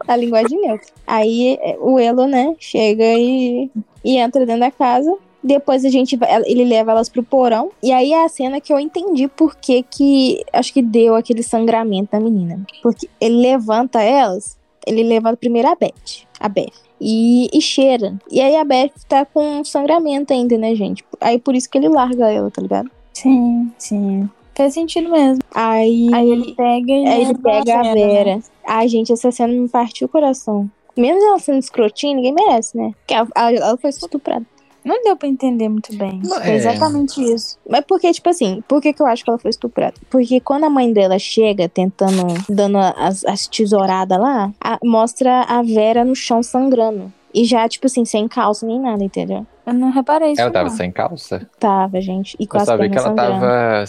[SPEAKER 1] a linguagem neutra. Aí é, o Elo, né, chega e, e entra dentro da casa. Depois a gente vai- ele leva elas pro porão. E aí é a cena que eu entendi por que que acho que deu aquele sangramento na menina. Porque ele levanta elas, ele levanta primeiro a Beth, a Beth. E, e cheira. E aí a Beth tá com sangramento ainda, né, gente? Aí por isso que ele larga ela, tá ligado?
[SPEAKER 2] Sim, sim. Fez sentido mesmo.
[SPEAKER 1] Aí,
[SPEAKER 2] Aí ele pega e.
[SPEAKER 1] Aí ele
[SPEAKER 2] leva a
[SPEAKER 1] pega a
[SPEAKER 2] Vera, né?
[SPEAKER 1] Vera. Ai, gente, essa cena me partiu o coração. Menos ela sendo escrotinha, ninguém merece, né? Porque ela, ela- ela foi estuprada.
[SPEAKER 2] Não deu pra entender muito bem.
[SPEAKER 3] Não,
[SPEAKER 2] Foi
[SPEAKER 3] é.
[SPEAKER 2] exatamente isso.
[SPEAKER 1] Mas porque, tipo assim, por que, que eu acho que ela foi estuprada? Porque quando a mãe dela chega tentando, dando as, as tesouradas lá, a- mostra a Vera no chão sangrando. E já, tipo assim, sem calça nem nada, entendeu?
[SPEAKER 2] Eu não reparei isso.
[SPEAKER 3] Ela tava
[SPEAKER 1] né?
[SPEAKER 2] não.
[SPEAKER 3] sem calça?
[SPEAKER 1] Tava, gente. E com
[SPEAKER 3] Eu
[SPEAKER 1] as
[SPEAKER 3] só vi
[SPEAKER 1] pernas
[SPEAKER 3] que ela
[SPEAKER 1] sangrando.
[SPEAKER 3] tava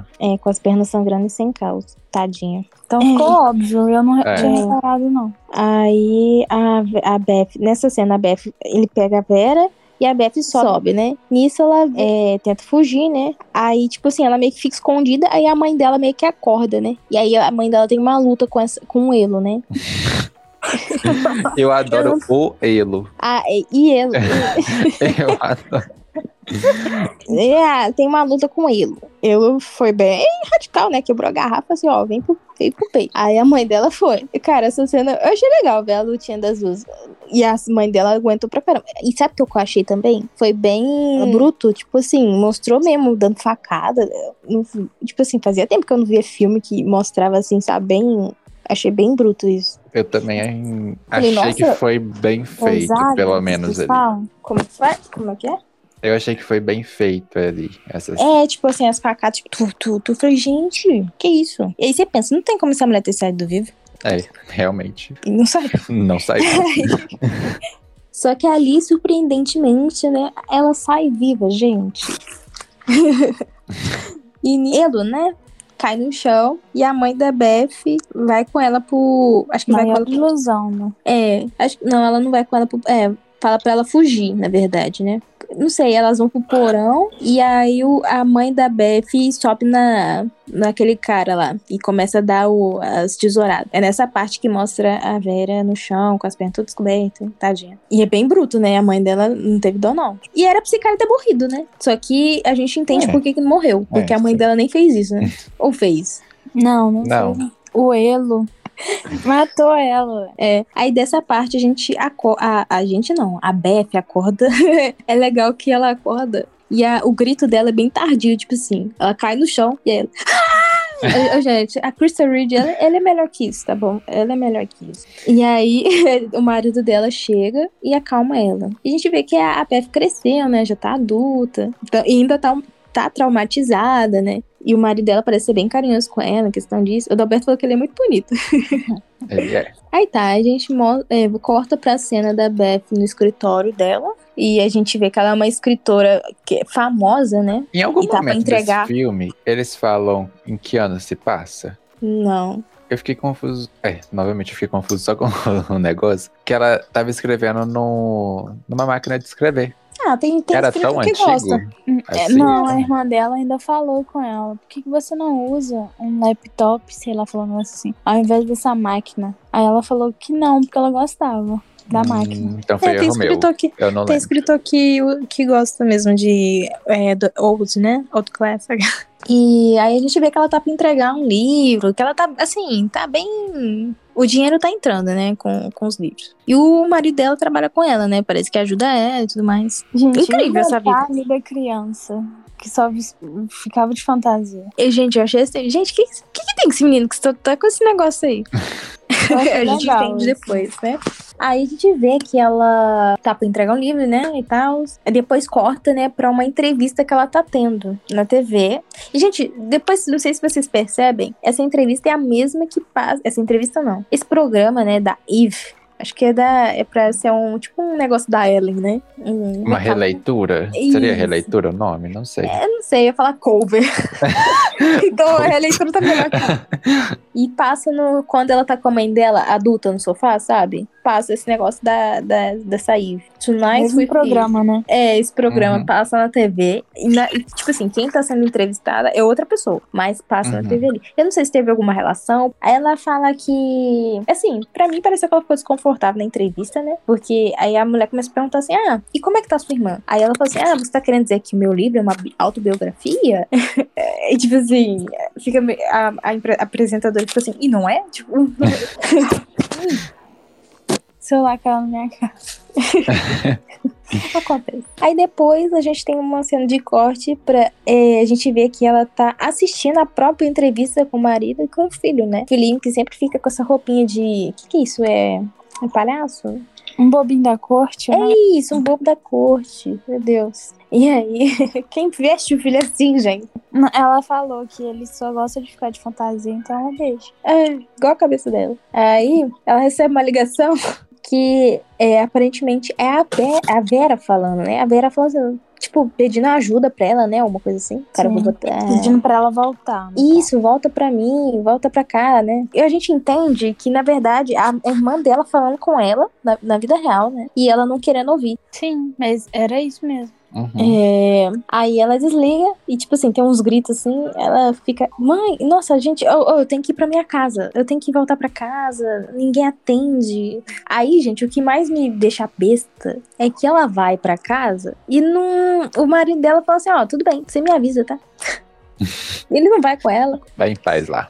[SPEAKER 3] sangrando.
[SPEAKER 1] É, com as pernas sangrando e sem calça. Tadinha.
[SPEAKER 2] Então ficou óbvio, eu não
[SPEAKER 3] É.
[SPEAKER 2] tinha reparado, não.
[SPEAKER 1] Aí a, Ve- a Beth, nessa cena, a Beth, ele pega a Vera e a Beth sobe, né? Nisso ela é, tenta fugir, né? Aí, tipo assim, ela meio que fica escondida, aí a mãe dela meio que acorda, né? E aí a mãe dela tem uma luta com, essa, com o Elo, né?
[SPEAKER 3] Eu adoro o Elo.
[SPEAKER 1] Ah, e- e Elo.
[SPEAKER 3] Eu adoro.
[SPEAKER 1] é, tem uma luta com o Elo. Elo foi bem radical, né? Quebrou a garrafa assim, ó, vem pro, vem pro peito. Aí a mãe dela foi. E, Cara, essa cena eu achei legal ver a lutinha das duas. E a mãe dela aguentou pra caramba. E sabe o que eu achei também? Foi bem bruto, tipo assim, mostrou mesmo, dando facada. Não- tipo assim, fazia tempo que eu não via filme que mostrava assim, sabe? Bem. Achei bem bruto isso.
[SPEAKER 3] Eu também
[SPEAKER 1] Falei,
[SPEAKER 3] achei que
[SPEAKER 1] nossa, né,
[SPEAKER 3] foi bem feito,
[SPEAKER 2] Ousado,
[SPEAKER 3] pelo
[SPEAKER 2] vocês
[SPEAKER 3] menos ali.
[SPEAKER 2] falam?
[SPEAKER 1] Como que foi? Como é que é?
[SPEAKER 3] Eu achei que foi bem feito ali. Essa cena.
[SPEAKER 1] É, tipo assim, as facadas, tipo, tu, tu, tu. Eu Falei, gente, que isso? E aí você pensa, não tem como essa mulher ter saído do vivo.
[SPEAKER 3] É, realmente.
[SPEAKER 1] E não saiu.
[SPEAKER 3] Não saiu.
[SPEAKER 1] Só que ali, surpreendentemente, né, ela sai viva, gente. e Nilo, né, cai no chão e a mãe da Beth vai com ela pro... Acho que vai com
[SPEAKER 2] Maior
[SPEAKER 1] ela pro...
[SPEAKER 2] ilusão, né?
[SPEAKER 1] É, acho que... Não, ela não vai com ela pro... É, fala pra ela fugir, na verdade, né. Não sei, elas vão pro porão e aí o, a mãe da Beth sobe na, naquele cara lá e começa a dar o, as tesouradas. É nessa parte que mostra a Vera no chão, com as pernas todas cobertas, tadinha. E é bem bruto, né? A mãe dela não teve dó, não. E era pra esse cara ter morrido, né? Só que a gente entende
[SPEAKER 3] É.
[SPEAKER 1] por que, que não morreu.
[SPEAKER 3] É,
[SPEAKER 1] Porque a mãe
[SPEAKER 3] sim.
[SPEAKER 1] dela nem fez isso, né? Ou fez.
[SPEAKER 2] Não, não,
[SPEAKER 3] Não.
[SPEAKER 2] sei. O Elo matou ela.
[SPEAKER 1] É. Aí dessa parte a gente acorda. A, a gente não, a Beth acorda. é legal que ela acorda. E a- o grito dela é bem tardio, tipo assim. Ela cai no chão e aí ela. Ô, ô, gente, a Krista Reed, ela, ela é melhor que isso, tá bom? Ela é melhor que isso. E aí, o marido dela chega e acalma ela. E a gente vê que a, a Beth cresceu, né? Já tá adulta. Então, e ainda tá, um- tá traumatizada, né? E o marido dela parece ser bem carinhoso com ela, na questão disso. O Dalberto falou que ele é muito bonito.
[SPEAKER 3] Ele é.
[SPEAKER 1] Aí tá, a gente mo- é, corta pra cena da Beth no escritório dela. E a gente vê que ela é uma escritora que é famosa, né?
[SPEAKER 3] Em algum
[SPEAKER 1] E dá pra
[SPEAKER 3] momento
[SPEAKER 1] entregar.
[SPEAKER 3] desse filme, eles falam em que ano se passa?
[SPEAKER 1] Não.
[SPEAKER 3] Eu fiquei confuso. É, novamente eu fiquei confuso só com o negócio. Que ela tava escrevendo no, numa máquina de escrever.
[SPEAKER 1] Ah, tem, tem
[SPEAKER 3] Era
[SPEAKER 1] escritor
[SPEAKER 3] tão
[SPEAKER 1] que
[SPEAKER 3] antigo.
[SPEAKER 1] gosta.
[SPEAKER 2] É,
[SPEAKER 3] assim,
[SPEAKER 2] não, a
[SPEAKER 3] né?
[SPEAKER 2] irmã dela ainda falou com ela. Por que, que você não usa um laptop, sei lá, falando assim, ao invés dessa máquina? Aí ela falou que não, porque ela gostava da
[SPEAKER 3] Hum,
[SPEAKER 2] máquina.
[SPEAKER 3] Então foi
[SPEAKER 1] É, tem
[SPEAKER 3] erro meu.
[SPEAKER 1] escritor que,
[SPEAKER 3] Eu não
[SPEAKER 1] tem
[SPEAKER 3] lembro.
[SPEAKER 1] escritor que, que gosta mesmo de é, do old, né? Old classic. E aí a gente vê que ela tá pra entregar um livro, que ela tá, assim, tá bem... O dinheiro tá entrando, né, com, com os livros. E o marido dela trabalha com ela, né? Parece que ajuda ela e tudo mais.
[SPEAKER 2] Gente,
[SPEAKER 1] Incrível essa vida.
[SPEAKER 2] detalhe da criança, que só vis- ficava de fantasia.
[SPEAKER 1] E, gente, eu achei assim, gente, o que, que, que tem com esse menino que tá, tá com esse negócio aí?
[SPEAKER 2] Eu acho
[SPEAKER 1] a gente
[SPEAKER 2] legal
[SPEAKER 1] entende
[SPEAKER 2] isso.
[SPEAKER 1] depois, né? É Aí a gente vê que ela tá pra entregar um livro, né? E tal. Aí Depois corta, né, pra uma entrevista que ela tá tendo na TV. E, gente, depois, não sei se vocês percebem, essa entrevista é a mesma que passa. Essa entrevista não. Esse programa, né, da Eve. Acho que é da. É pra ser um. Tipo um negócio da Ellen, né? Um-
[SPEAKER 3] Uma releitura?
[SPEAKER 1] Isso.
[SPEAKER 3] Seria releitura o nome? Não sei.
[SPEAKER 1] eu não sei, eu ia falar cover. então a releitura tá melhor que ela. E passa no. Quando ela tá com a mãe dela, adulta no sofá, sabe? Passa esse negócio da, da, dessa Eve. Tonight
[SPEAKER 2] Mesmo
[SPEAKER 1] we
[SPEAKER 2] programa, né?
[SPEAKER 1] É, esse programa
[SPEAKER 3] Uhum.
[SPEAKER 1] passa na TV. E, na- e, tipo assim, quem tá sendo entrevistada é outra pessoa, mas passa na
[SPEAKER 3] Uhum.
[SPEAKER 1] TV ali. Eu não sei se teve alguma relação. Aí ela fala que. Assim, pra mim pareceu que ela ficou desconfortável na entrevista, né? Porque aí a mulher começa a perguntar assim: ah, e como é que tá sua irmã? Aí ela fala assim: ah, você tá querendo dizer que meu livro é uma bi- autobiografia? e tipo assim, fica. meio- A, a empre- a apresentadora fica assim: e não é? Tipo.
[SPEAKER 2] Celular caiu na minha cara.
[SPEAKER 1] Acontece. Aí depois a gente tem uma cena de corte pra é, a gente ver que ela tá assistindo a própria entrevista com o marido e com o filho, né? O filhinho que sempre fica com essa roupinha de. O que, que é isso? É. Um palhaço?
[SPEAKER 2] Um bobinho da corte, né?
[SPEAKER 1] É isso, um bobo da corte. Meu Deus. E aí? Quem veste o filho assim, gente?
[SPEAKER 2] Não, Ela falou que ele só gosta de ficar de fantasia, então ela deixa.
[SPEAKER 1] É, igual a cabeça dela. Aí ela recebe uma ligação que é, aparentemente é a, Be a Vera falando, né? A Vera falando, tipo, pedindo ajuda pra ela, né? Alguma coisa assim. Cara, eu vou botar.
[SPEAKER 2] Pedindo pra ela voltar. né?
[SPEAKER 1] Isso, volta pra mim, volta pra cá, né? E a gente entende que, na verdade, a irmã dela falando com ela, na, na vida real, né? E ela não querendo ouvir.
[SPEAKER 2] Sim, mas era isso mesmo.
[SPEAKER 3] Uhum.
[SPEAKER 1] É, aí ela desliga e, tipo assim, tem uns gritos assim. Ela fica, mãe, nossa, gente, eu, eu tenho que ir pra minha casa, eu tenho que voltar pra casa, ninguém atende. Aí, gente, o que mais me deixa besta é que ela vai pra casa e não. O marido dela fala assim: ó, tudo bem, você me avisa, tá? Ele não vai com ela.
[SPEAKER 3] Vai em paz lá.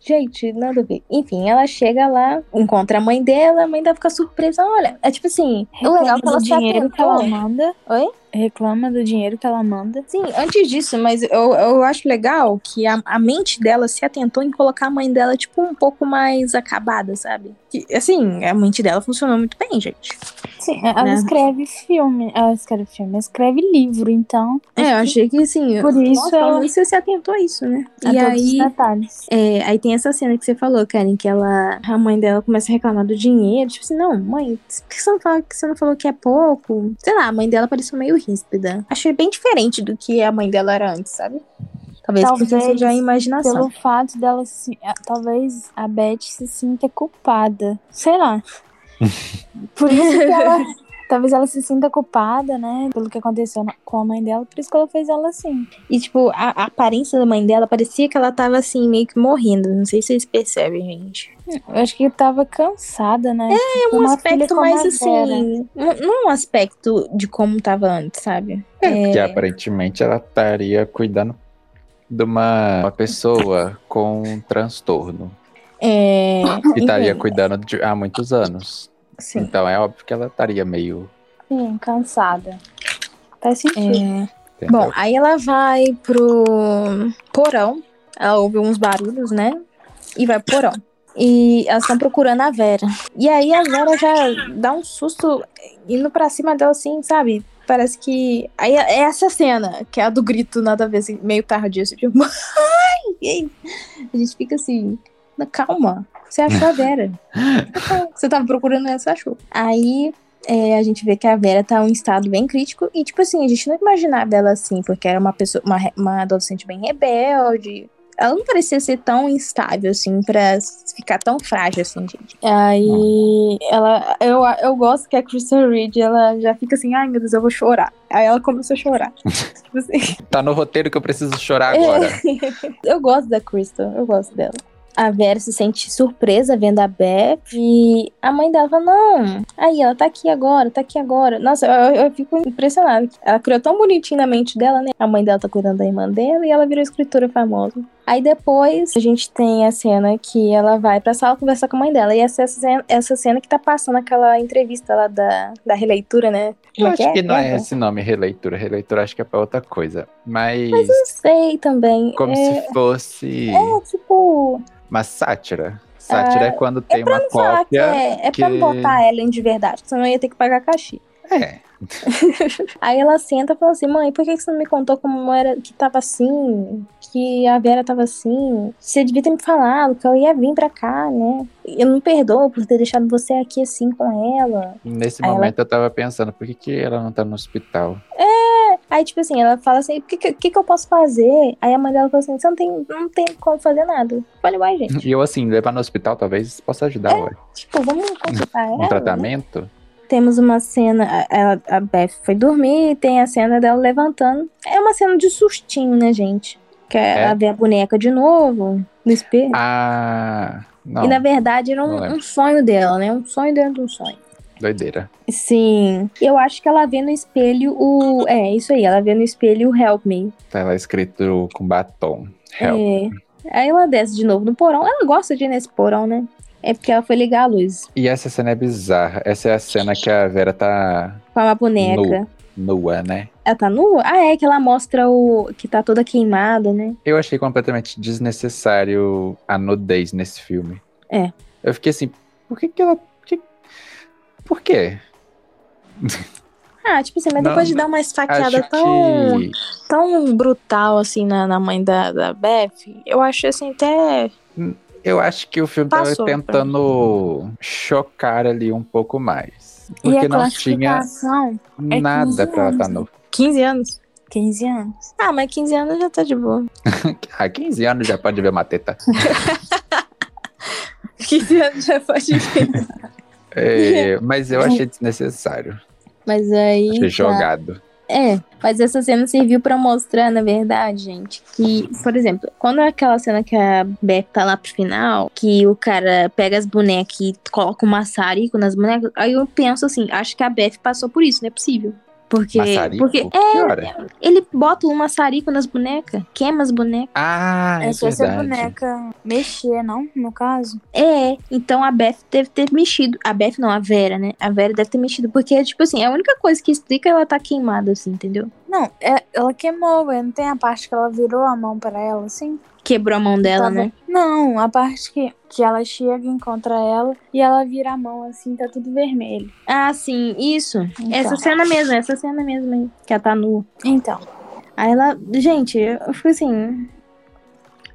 [SPEAKER 1] Gente, nada a ver. Enfim, ela chega lá, encontra a mãe dela, a mãe dela fica surpresa. Olha, é tipo assim, o legal é que
[SPEAKER 2] do
[SPEAKER 1] ela se
[SPEAKER 2] dinheiro que
[SPEAKER 1] atentou. É.
[SPEAKER 2] ela manda.
[SPEAKER 1] Oi?
[SPEAKER 2] Reclama do dinheiro que ela manda.
[SPEAKER 1] Sim, antes disso, mas eu, eu acho legal que a, a mente dela se atentou em colocar a mãe dela, tipo, um pouco mais acabada, sabe? Que, assim, a mente dela funcionou muito bem, gente.
[SPEAKER 2] Sim, ela
[SPEAKER 1] Né?
[SPEAKER 2] escreve filme. Ela escreve filme, ela escreve livro, então.
[SPEAKER 1] É, eu achei que, assim,
[SPEAKER 2] Por isso
[SPEAKER 1] nossa,
[SPEAKER 2] ela-
[SPEAKER 1] ela você se atentou a isso, né?
[SPEAKER 2] a
[SPEAKER 1] e
[SPEAKER 2] é todos os
[SPEAKER 1] aí,
[SPEAKER 2] detalhes.
[SPEAKER 1] é, aí tem essa cena que você falou, Karen, que ela, a mãe dela começa a reclamar do dinheiro, tipo assim, não, mãe, por que você não, fala, que você não falou que é pouco? Sei lá, a mãe dela pareceu meio ríspida. Achei bem diferente do que a mãe dela era antes, sabe? Talvez, porque
[SPEAKER 2] Talvez
[SPEAKER 1] seja a imaginação.
[SPEAKER 2] Pelo fato dela se. a- Talvez a Beth se sinta culpada. Sei lá. Por isso que ela. Talvez ela se sinta culpada, né? Pelo que aconteceu na- com a mãe dela. Por isso que ela fez ela assim.
[SPEAKER 1] E, tipo, a, a aparência da mãe dela parecia que ela tava assim, meio que morrendo. Não sei se vocês percebem, gente.
[SPEAKER 2] Eu acho que tava cansada, né?
[SPEAKER 1] É um
[SPEAKER 2] Uma filha
[SPEAKER 1] aspecto
[SPEAKER 2] como
[SPEAKER 1] mais
[SPEAKER 2] a
[SPEAKER 1] assim. Não, não um aspecto de como tava antes, sabe?
[SPEAKER 3] Que
[SPEAKER 1] É.
[SPEAKER 3] aparentemente ela estaria cuidando de uma, uma pessoa com um transtorno.
[SPEAKER 1] É.
[SPEAKER 3] Que estaria cuidando de, há muitos anos.
[SPEAKER 1] Sim.
[SPEAKER 3] Então é óbvio que ela estaria meio.
[SPEAKER 2] Sim, cansada. Faz sentido.
[SPEAKER 1] É.
[SPEAKER 3] entendeu?
[SPEAKER 1] Bom, aí ela vai pro porão. Ela ouve uns barulhos, né? E vai pro porão. E elas estão procurando a Vera. E aí a Vera já dá um susto indo pra cima dela, assim, sabe? Parece que. Aí é essa cena, que é a do grito, nada a ver, assim, meio tardia. Assim, tipo, mãe! E aí a gente fica assim, "Não, calma, você achou a Vera. você tava procurando ela, você achou. Aí é, a gente vê que a Vera tá em um estado bem crítico e, tipo assim, a gente não imaginava ela assim, porque era uma pessoa, uma, re- uma adolescente bem rebelde. Ela não parecia ser tão instável, assim, pra s- ficar tão frágil, assim, gente. Aí, ela, eu, eu gosto que a Kristen Reed, ela já fica assim, ai meu Deus, eu vou chorar. Aí ela começou a chorar. tipo assim,
[SPEAKER 3] Tá no roteiro que eu preciso chorar
[SPEAKER 1] É.
[SPEAKER 3] agora.
[SPEAKER 1] eu gosto da Crystal, eu gosto dela. A Vera se sente surpresa vendo a Beth e a mãe dela fala, não, aí ela tá aqui agora, tá aqui agora. Nossa, eu, eu fico impressionada. Ela criou tão bonitinho na mente dela, né? A mãe dela tá cuidando da irmã dela e ela virou escritora famosa. Aí depois a gente tem a cena que ela vai pra sala conversar com a mãe dela. E essa é a cena, essa cena que tá passando aquela entrevista lá da, da releitura, né?
[SPEAKER 3] Eu
[SPEAKER 1] Como
[SPEAKER 3] acho que não é
[SPEAKER 1] Não
[SPEAKER 3] esse nome, releitura. Releitura acho que é pra outra coisa. Mas,
[SPEAKER 1] sei também.
[SPEAKER 3] como
[SPEAKER 1] é,
[SPEAKER 3] se fosse
[SPEAKER 1] é tipo.
[SPEAKER 3] uma sátira. Sátira é quando tem uma
[SPEAKER 1] falar que
[SPEAKER 3] cópia.
[SPEAKER 1] é, é pra
[SPEAKER 3] que-
[SPEAKER 1] não botar a Ellen de verdade, senão eu ia ter que pagar cachê.
[SPEAKER 3] É.
[SPEAKER 1] Aí ela senta e fala assim, mãe, por que que você não me contou como era que tava assim? Que a Vera tava assim? Você devia ter me falado que eu ia vir pra cá, né? Eu não perdoo por ter deixado você aqui assim com ela.
[SPEAKER 3] Nesse
[SPEAKER 1] Aí ela-
[SPEAKER 3] momento eu tava pensando, por que, que ela não tá no hospital?
[SPEAKER 1] Aí, tipo assim, ela fala assim, o que, que, que eu posso fazer? Aí a mãe dela fala assim, você não tem, não tem como fazer nada. Eu Falei, uai, gente,
[SPEAKER 3] E eu, assim, levar no hospital talvez possa ajudar, ué.
[SPEAKER 1] tipo, vamos consultar ela.
[SPEAKER 3] Um
[SPEAKER 1] né?
[SPEAKER 3] tratamento?
[SPEAKER 1] temos uma cena, a- ela, a Beth foi dormir e tem a cena dela levantando. É uma cena de sustinho, né, gente? Que
[SPEAKER 3] É.
[SPEAKER 1] ela vê a boneca de novo no espelho.
[SPEAKER 3] Ah. Não,
[SPEAKER 1] e na verdade era
[SPEAKER 3] não
[SPEAKER 1] um,
[SPEAKER 3] lembro.
[SPEAKER 1] um sonho dela, né? Um sonho dentro de um sonho.
[SPEAKER 3] doideira.
[SPEAKER 1] Sim. Eu acho que ela vê no espelho o. É, isso aí, ela vê no espelho o Help Me.
[SPEAKER 3] Tá lá escrito com batom. Help.
[SPEAKER 1] É. Aí ela desce de novo no porão. Ela gosta de ir nesse porão, né? É porque ela foi ligar a luz
[SPEAKER 3] E essa cena é bizarra. Essa é a cena que a Vera tá
[SPEAKER 1] com a boneca.
[SPEAKER 3] nua, né?
[SPEAKER 1] Ela tá nua? Ah, é que ela mostra o. que tá toda queimada, né?
[SPEAKER 3] Eu achei completamente desnecessário a nudez nesse filme.
[SPEAKER 1] É.
[SPEAKER 3] Eu fiquei assim, por que que ela... Por que? Por quê?
[SPEAKER 1] Ah, tipo assim, mas
[SPEAKER 3] Não,
[SPEAKER 1] depois de dar uma esfaqueada
[SPEAKER 3] Acho
[SPEAKER 1] tão,
[SPEAKER 3] que...
[SPEAKER 1] tão brutal, assim, na, na mãe da, da Beth, eu achei, assim, até
[SPEAKER 3] Eu acho que o filme
[SPEAKER 2] Passou
[SPEAKER 3] estava
[SPEAKER 2] pra
[SPEAKER 3] tentando chocar ali um pouco mais.
[SPEAKER 2] E
[SPEAKER 3] Porque
[SPEAKER 2] a
[SPEAKER 3] não tinha
[SPEAKER 2] classificação? é 15
[SPEAKER 3] nada pra ela tá estar no.
[SPEAKER 1] 15 anos?
[SPEAKER 2] 15 anos.
[SPEAKER 1] Ah, mas 15 anos já tá de boa.
[SPEAKER 3] Ah, 15 anos já pode ver uma teta.
[SPEAKER 1] 15 anos já pode ver.
[SPEAKER 3] É, mas eu achei desnecessário.
[SPEAKER 1] Mas aí.
[SPEAKER 3] Achei
[SPEAKER 1] tá.
[SPEAKER 3] jogado.
[SPEAKER 1] É, mas essa cena serviu pra mostrar, na verdade, gente, que, por exemplo, quando é aquela cena que a Beth tá lá pro final, que o cara pega as bonecas e coloca o maçarico nas bonecas, aí eu penso assim, acho que a Beth passou por isso, não é possível. Porque,
[SPEAKER 3] Maçarico?
[SPEAKER 1] porque
[SPEAKER 3] Que
[SPEAKER 2] é,
[SPEAKER 3] hora?
[SPEAKER 1] ele bota um maçarico nas bonecas, queima as bonecas.
[SPEAKER 3] Ah, é,
[SPEAKER 2] é só se a
[SPEAKER 3] verdade.
[SPEAKER 2] boneca mexer, não? No caso.
[SPEAKER 1] É, então a Beth deve ter mexido. A Beth não, a Vera, né? A Vera deve ter mexido, porque, tipo assim, a única coisa que explica é ela tá queimada, assim, entendeu?
[SPEAKER 2] Não, é- ela queimou, ué. não tem a parte que ela virou a mão pra ela, assim?
[SPEAKER 1] Quebrou a mão dela,
[SPEAKER 2] Tava-
[SPEAKER 1] né?
[SPEAKER 2] Não, a parte que, que ela chega, encontra ela e ela vira a mão assim, tá tudo vermelho.
[SPEAKER 1] Ah, sim, isso.
[SPEAKER 2] Então,
[SPEAKER 1] Essa cena mesmo, essa cena mesmo aí, que ela tá nua.
[SPEAKER 2] então
[SPEAKER 1] Aí ela, gente, eu fico assim.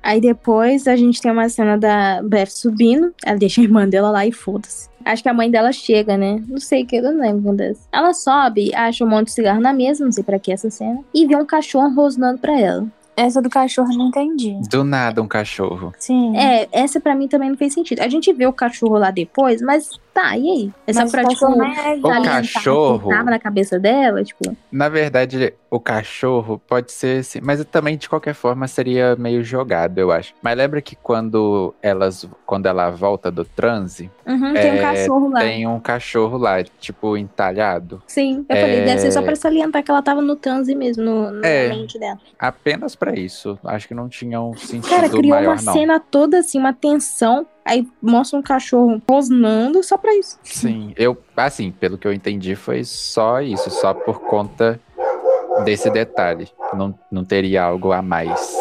[SPEAKER 1] Aí depois a gente tem uma cena da Beth subindo, ela deixa a irmã dela lá e foda-se. Acho que a mãe dela chega, né? Não sei o que, eu não lembro o que acontece. Ela sobe, acha um monte de cigarro na mesa, não sei pra que essa cena, e vê um cachorro rosnando pra ela.
[SPEAKER 2] essa do cachorro eu não entendi.
[SPEAKER 3] Do nada um cachorro.
[SPEAKER 2] Sim.
[SPEAKER 1] É, essa pra mim também não fez sentido. A gente vê o cachorro lá depois, mas tá, e aí? É só
[SPEAKER 2] Mas
[SPEAKER 1] pra,
[SPEAKER 2] o
[SPEAKER 1] tipo,
[SPEAKER 2] cachorro não é
[SPEAKER 3] O
[SPEAKER 1] salientar
[SPEAKER 2] galinha.
[SPEAKER 3] cachorro.
[SPEAKER 1] que tava na cabeça dela, tipo.
[SPEAKER 3] Na verdade, o cachorro pode ser assim, mas também de qualquer forma seria meio jogado, eu acho. Mas lembra que quando elas, quando ela volta do transe,
[SPEAKER 1] Uhum, tem um
[SPEAKER 3] É,
[SPEAKER 1] cachorro lá.
[SPEAKER 3] tem um cachorro lá, tipo entalhado,
[SPEAKER 1] Sim, eu
[SPEAKER 3] É.
[SPEAKER 1] falei, deve ser só pra salientar que ela tava no transe mesmo, no, na
[SPEAKER 3] É.
[SPEAKER 1] mente dela.
[SPEAKER 3] apenas pra isso. Acho que não tinha um sentido
[SPEAKER 1] Cara, criou
[SPEAKER 3] maior
[SPEAKER 1] uma
[SPEAKER 3] não.
[SPEAKER 1] cena toda assim, uma tensão, aí mostra um cachorro rosnando só pra isso.
[SPEAKER 3] Sim, eu assim, pelo que eu entendi foi só isso, só por conta desse detalhe. Não, não teria algo a mais.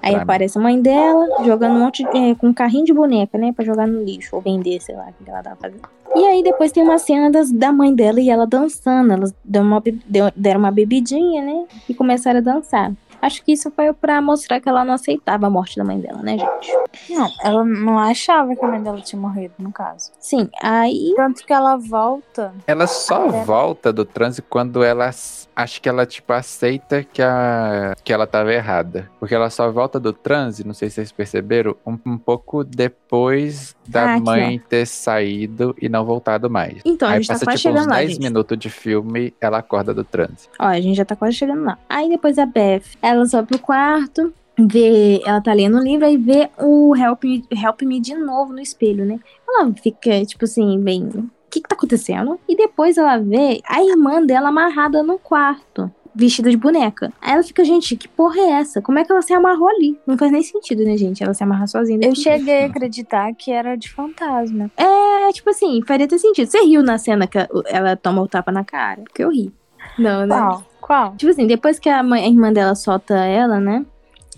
[SPEAKER 1] Aí
[SPEAKER 3] Pra mim.
[SPEAKER 1] aparece a mãe dela, jogando um monte de, é, com um carrinho de boneca, né? Pra jogar no lixo ou vender, sei lá, o que ela tava fazendo. E aí depois tem uma cena das- da mãe dela e ela dançando. Elas dão uma be- deu- deram uma bebidinha, né? E começaram a dançar. Acho que isso foi pra mostrar que ela não aceitava a morte da mãe dela, né, gente?
[SPEAKER 2] Não, ela não achava que a mãe dela tinha morrido, no caso.
[SPEAKER 1] Sim, aí.
[SPEAKER 2] Tanto que ela volta.
[SPEAKER 3] Ela só
[SPEAKER 1] É.
[SPEAKER 3] volta do transe quando ela ac- acho que ela tipo aceita que, a, que ela tava errada. Porque ela só volta do transe, não sei se vocês perceberam, um, um pouco depois
[SPEAKER 1] Ah,
[SPEAKER 3] da
[SPEAKER 1] aqui,
[SPEAKER 3] mãe ter saído e não voltado mais.
[SPEAKER 1] Então, a
[SPEAKER 3] Aí
[SPEAKER 1] gente tá
[SPEAKER 3] passa
[SPEAKER 1] quase
[SPEAKER 3] tipo uns
[SPEAKER 1] chegando lá,
[SPEAKER 3] 10
[SPEAKER 1] gente.
[SPEAKER 3] minutos de filme, ela acorda do transe.
[SPEAKER 1] Ó, a gente já tá quase chegando lá. Aí depois a Beth, ela sobe pro quarto, vê, ela tá lendo um livro, aí vê o Help Me, Help Me de novo no espelho, né? Ela fica, tipo assim, bem. O que que tá acontecendo? E depois ela vê a irmã dela amarrada no quarto, vestida de boneca. Aí ela fica, gente, que porra é essa? Como é que ela se amarrou ali? Não faz nem sentido, né, gente? Ela se amarrar sozinha.
[SPEAKER 2] Eu cheguei a acreditar que era de fantasma.
[SPEAKER 1] É, tipo assim, faria ter sentido. Você riu na cena que ela toma o tapa na cara? Porque eu ri. Não, né?
[SPEAKER 2] Qual? Qual?
[SPEAKER 1] Tipo assim, depois que a, mãe- a irmã dela solta ela, né?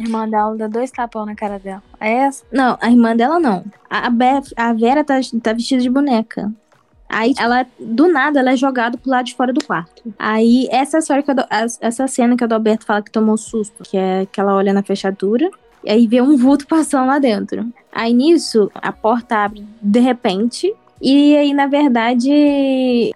[SPEAKER 2] Irmã dela dá dois tapão na cara dela. É essa?
[SPEAKER 1] Não, a irmã dela não. A, a Beth- a Vera tá, tá vestida de boneca. Aí ela, do nada, ela é jogada pro lado de fora do quarto. Aí essa é a história que eu dou- as- essa cena que o Adalberto fala que tomou susto, que é que ela olha na fechadura e aí vê um vulto passando lá dentro. Aí nisso, a porta abre de repente. E aí, na verdade,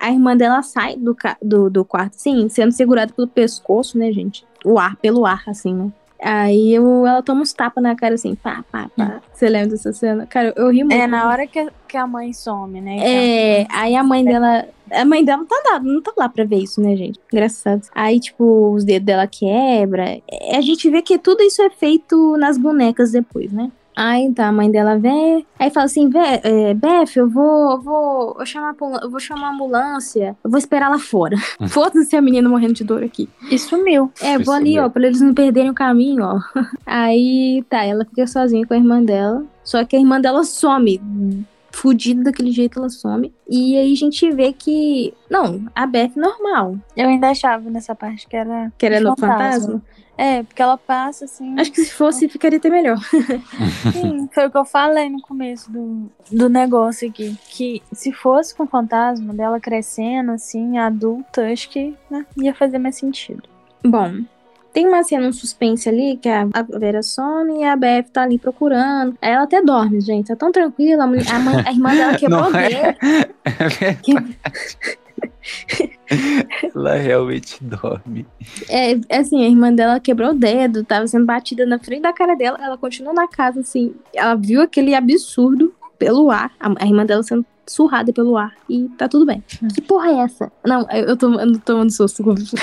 [SPEAKER 1] a irmã dela sai do, ca- do, do quarto, sim, sendo segurada pelo pescoço, né, gente? O ar, pelo ar, assim, né? Aí eu- ela toma uns tapas na cara, assim, pá, pá, pá. Você lembra dessa cena? Cara, eu ri muito.
[SPEAKER 2] É na hora que, que a mãe some, né?
[SPEAKER 1] É, aí a mãe dela. A mãe dela não tá, lá, não tá lá pra ver isso, né, gente? Engraçado. Aí, tipo, os dedos dela quebra. É, A gente vê que tudo isso é feito nas bonecas depois, né? Aí tá, a mãe dela vê. Aí fala assim, "Vé- é, Beth, eu vou, eu vou, eu chamar, a ambulan- eu vou chamar a ambulância, eu vou esperar lá fora. Foda-se a menina morrendo de dor aqui.
[SPEAKER 2] E sumiu.
[SPEAKER 1] É,
[SPEAKER 3] Isso
[SPEAKER 1] vou ali, ó,
[SPEAKER 3] mesmo.
[SPEAKER 1] pra eles não perderem o caminho, ó. Aí tá, ela fica sozinha com a irmã dela. Só que a irmã dela some. Fudida daquele jeito, ela some. E aí a gente vê que. Não, a Beth normal.
[SPEAKER 2] Eu ainda achava nessa parte que era.
[SPEAKER 1] Querendo o
[SPEAKER 2] Fantasma.
[SPEAKER 1] fantasma.
[SPEAKER 2] É, porque ela passa assim.
[SPEAKER 1] Acho que se fosse, ficaria até melhor.
[SPEAKER 2] Sim, foi o que eu falei no começo do, do negócio aqui. Que se fosse com o fantasma dela crescendo, assim, adulta, acho que né, ia fazer mais sentido.
[SPEAKER 1] Bom. Tem uma cena, um suspense ali, que a, a Vera some e a Beth tá ali procurando. Aí ela até dorme, gente. Tá tão tranquila. A, mulher- a mãe- a irmã dela quebrou o
[SPEAKER 3] Não é?
[SPEAKER 1] dedo.
[SPEAKER 3] É verdade. Ela realmente dorme.
[SPEAKER 1] É, é assim, a irmã dela quebrou o dedo, tava sendo batida na frente da cara dela. Ela continuou na casa, assim. Ela viu aquele absurdo pelo ar. A, a irmã dela sendo surrada pelo ar. E tá tudo bem. Que porra é essa? Não, eu, eu tô eu tô tomando susto.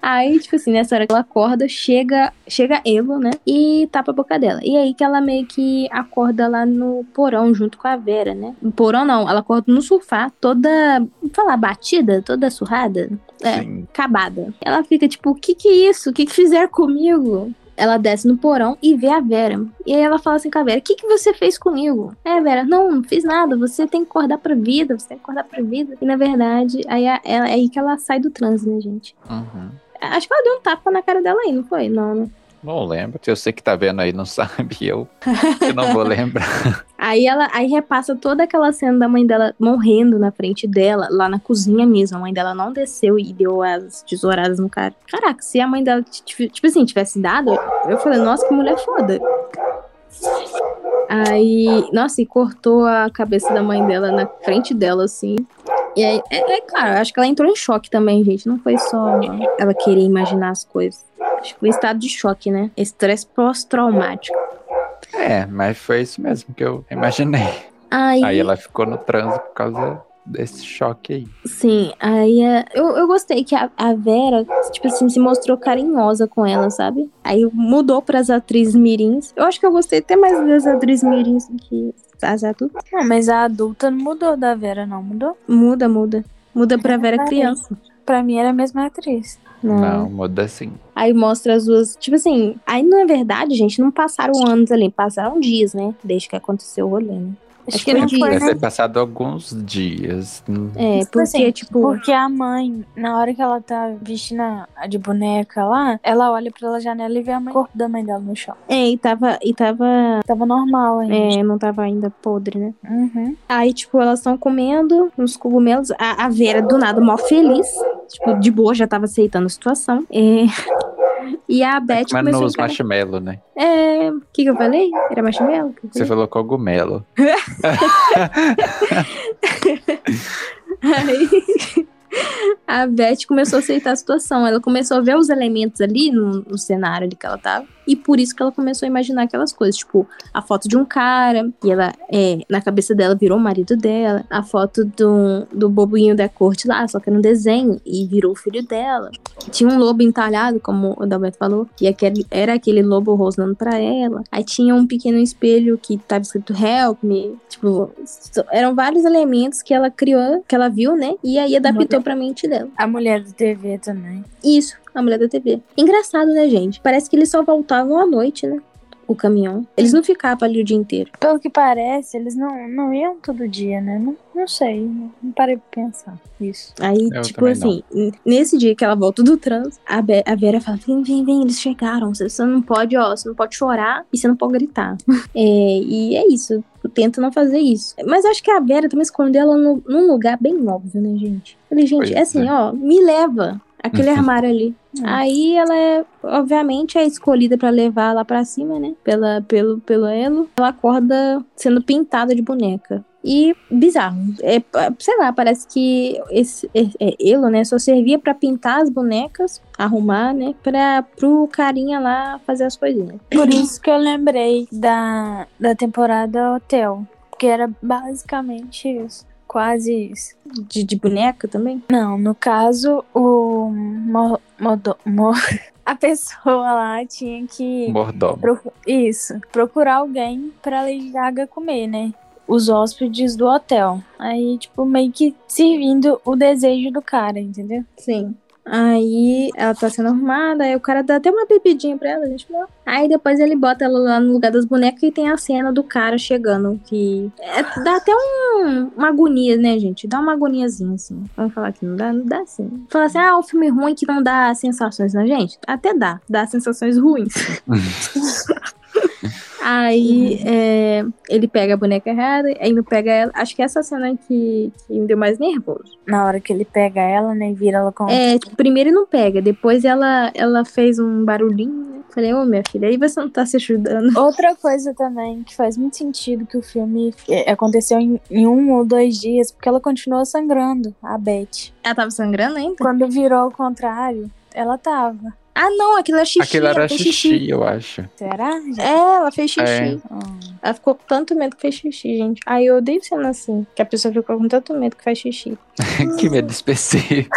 [SPEAKER 1] Aí, tipo assim, nessa hora que ela acorda, chega, chega Elo, né? E tapa a boca dela. E aí que ela meio que acorda lá no porão, junto com a Vera, né? No porão não, ela acorda no sofá, toda, vamos falar, batida, toda surrada. É
[SPEAKER 3] Sim.
[SPEAKER 1] acabada. Ela fica tipo, o que que é isso? O que que fizeram comigo? Ela desce no porão e vê a Vera. E aí ela fala assim com a Vera, o que que você fez comigo? É, Vera, não, não fiz nada, você tem que acordar pra vida, você tem que acordar pra vida. E na verdade, aí a- ela- é aí que ela sai do transe, né, gente?
[SPEAKER 3] Uhum.
[SPEAKER 1] Acho que ela deu um tapa na cara dela aí, não foi? Não, né?
[SPEAKER 3] Não lembro. Se você que tá vendo aí não sabe, eu, eu não vou lembrar.
[SPEAKER 1] Aí ela aí repassa toda aquela cena da mãe dela morrendo na frente dela, lá na cozinha mesmo. A mãe dela não desceu e deu as tesouradas no cara. Caraca, se a mãe dela, ti- ti- tipo assim, tivesse dado, eu falei, nossa, que mulher foda. Aí, nossa, e cortou a cabeça da mãe dela na frente dela, assim. E aí, é, é claro, eu acho que ela entrou em choque também, gente. Não foi só ela querer imaginar as coisas. Acho que foi um estado de choque, né? Estresse pós-traumático.
[SPEAKER 3] É, mas foi isso mesmo que eu imaginei.
[SPEAKER 1] Aí,
[SPEAKER 3] Aí ela ficou no transe por causa desse choque aí.
[SPEAKER 1] Sim, aí é, eu, eu gostei que a, a Vera, tipo assim, se mostrou carinhosa com ela, sabe? Aí mudou pras atrizes mirins. Eu acho que eu gostei até mais das atrizes mirins do que as adultas.
[SPEAKER 2] Não, mas a adulta não mudou da Vera, não mudou?
[SPEAKER 1] Muda, muda. Muda pra Vera
[SPEAKER 2] Exatamente.
[SPEAKER 1] criança.
[SPEAKER 2] Pra mim era a mesma atriz.
[SPEAKER 1] Não.
[SPEAKER 3] Não, muda assim.
[SPEAKER 1] Aí mostra as duas. Tipo assim, aí na verdade, gente, não passaram anos ali, passaram dias, né? Desde que aconteceu o rolê, né? Acho que
[SPEAKER 2] não
[SPEAKER 1] foi
[SPEAKER 2] foi,
[SPEAKER 1] dias.
[SPEAKER 3] Deve
[SPEAKER 2] né?
[SPEAKER 3] ter passado alguns dias. Hum,
[SPEAKER 1] É,
[SPEAKER 2] Isso,
[SPEAKER 1] porque,
[SPEAKER 2] assim,
[SPEAKER 1] tipo.
[SPEAKER 2] Porque a mãe, na hora que ela tá vestindo a de boneca lá, ela olha pela janela e vê a mãe, o corpo da mãe dela no chão.
[SPEAKER 1] É, e tava. E tava.
[SPEAKER 2] Tava normal ainda.
[SPEAKER 1] É, não tava ainda podre, né?
[SPEAKER 2] Uhum.
[SPEAKER 1] Aí, tipo, elas estão comendo uns cogumelos. A, a Vera, do nada, mal feliz. Tipo, de boa, já tava aceitando a situação. É. E a É, Beth
[SPEAKER 3] Mas
[SPEAKER 1] começou a
[SPEAKER 3] é nos
[SPEAKER 1] encarar...
[SPEAKER 3] marshmallow, né?
[SPEAKER 1] É... O que que eu falei? Era marshmallow? que eu
[SPEAKER 3] Você
[SPEAKER 1] falei?
[SPEAKER 3] falou cogumelo.
[SPEAKER 1] Aí... A Beth começou a aceitar a situação. Ela começou a ver os elementos ali no, no cenário ali que ela tava. E por isso que ela começou a imaginar aquelas coisas. Tipo, a foto de um cara. E ela, é, na cabeça dela, virou o marido dela. A foto do, do bobinho da corte lá, só que era um desenho. E virou o filho dela. Tinha um lobo entalhado, como o Dalberto falou. E aquele, era aquele lobo rosnando pra ela. Aí tinha um pequeno espelho que tava escrito Help Me. Tipo, so- eram vários elementos que ela criou, que ela viu, né? E aí adaptou pra mente dela.
[SPEAKER 2] A mulher do TV também.
[SPEAKER 1] Isso, a mulher da TV. Engraçado, né, gente? Parece que eles só voltavam à noite, né? O caminhão. Eles não ficavam ali o dia inteiro.
[SPEAKER 2] Pelo que parece, eles não, não iam todo dia, né? Não, não sei, não, não parei pra pensar isso.
[SPEAKER 1] Aí,
[SPEAKER 3] Eu
[SPEAKER 1] tipo
[SPEAKER 3] também
[SPEAKER 1] assim, n- nesse dia que ela volta do trânsito, a, Be- a Vera fala: vem, vem, vem, eles chegaram. Você você não pode, ó, você não pode chorar e você não pode gritar. É, e é isso. Tenta não fazer isso. Mas acho que a Vera também escondeu ela no- num lugar bem óbvio, né, gente? Falei, gente,
[SPEAKER 3] Pois
[SPEAKER 1] é assim,
[SPEAKER 3] é.
[SPEAKER 1] ó, me leva. Aquele armário ali. Aí ela é, obviamente, é escolhida pra levar lá pra cima, né? Pela, pelo, pelo Elo. Ela acorda sendo pintada de boneca. E bizarro. É, pa- sei lá, parece que esse é- é, Elo, né? Só servia pra pintar as bonecas, arrumar, né? Pra, pro carinha lá fazer as coisinhas.
[SPEAKER 2] Por isso que eu lembrei da, da temporada Hotel, que era basicamente isso. Quase isso.
[SPEAKER 1] De, de boneca também?
[SPEAKER 2] Não, no caso, o. Mo, modo- mo- a pessoa lá tinha que.
[SPEAKER 3] Mordomo.
[SPEAKER 2] procu- isso, procurar alguém pra Lady Gaga comer, né? Os hóspedes do hotel. Aí, tipo, meio que servindo o desejo do cara, entendeu?
[SPEAKER 1] Sim. Aí ela tá sendo arrumada, aí o cara dá até uma bebidinha pra ela, gente. não. Aí depois ele bota ela lá no lugar das bonecas e tem a cena do cara chegando, que é, dá até um- uma agonia, né, gente? Dá uma agoniazinha, assim. Vamos falar que não dá, não dá sim. Falar assim, ah, o filme ruim que não dá sensações na gente? Até dá, dá sensações ruins. Aí é, ele pega a boneca errada, aí não pega ela. Acho que essa cena que, que me deu mais nervoso.
[SPEAKER 2] Na hora que ele pega ela, né? E vira ela com.
[SPEAKER 1] É, tipo, primeiro ele não pega, depois ela, ela fez um barulhinho, né? Falei, ô minha filha, aí você não tá se ajudando.
[SPEAKER 2] Outra coisa também que faz muito sentido que o filme é, aconteceu em, em um ou dois dias, porque ela continuou sangrando, a Beth.
[SPEAKER 1] Ela tava sangrando ainda?
[SPEAKER 2] Quando virou ao contrário, ela tava.
[SPEAKER 1] Ah, não, aquilo é xixi.
[SPEAKER 3] Aquilo
[SPEAKER 1] ela
[SPEAKER 3] era
[SPEAKER 1] fez
[SPEAKER 3] xixi, eu acho.
[SPEAKER 2] Será? Ah. gente?
[SPEAKER 1] É, ela fez xixi.
[SPEAKER 3] É.
[SPEAKER 1] Ela ficou com tanto medo que fez xixi, gente. Ai, eu odeio cena assim, que a pessoa ficou com tanto medo que faz xixi.
[SPEAKER 3] que medo específico.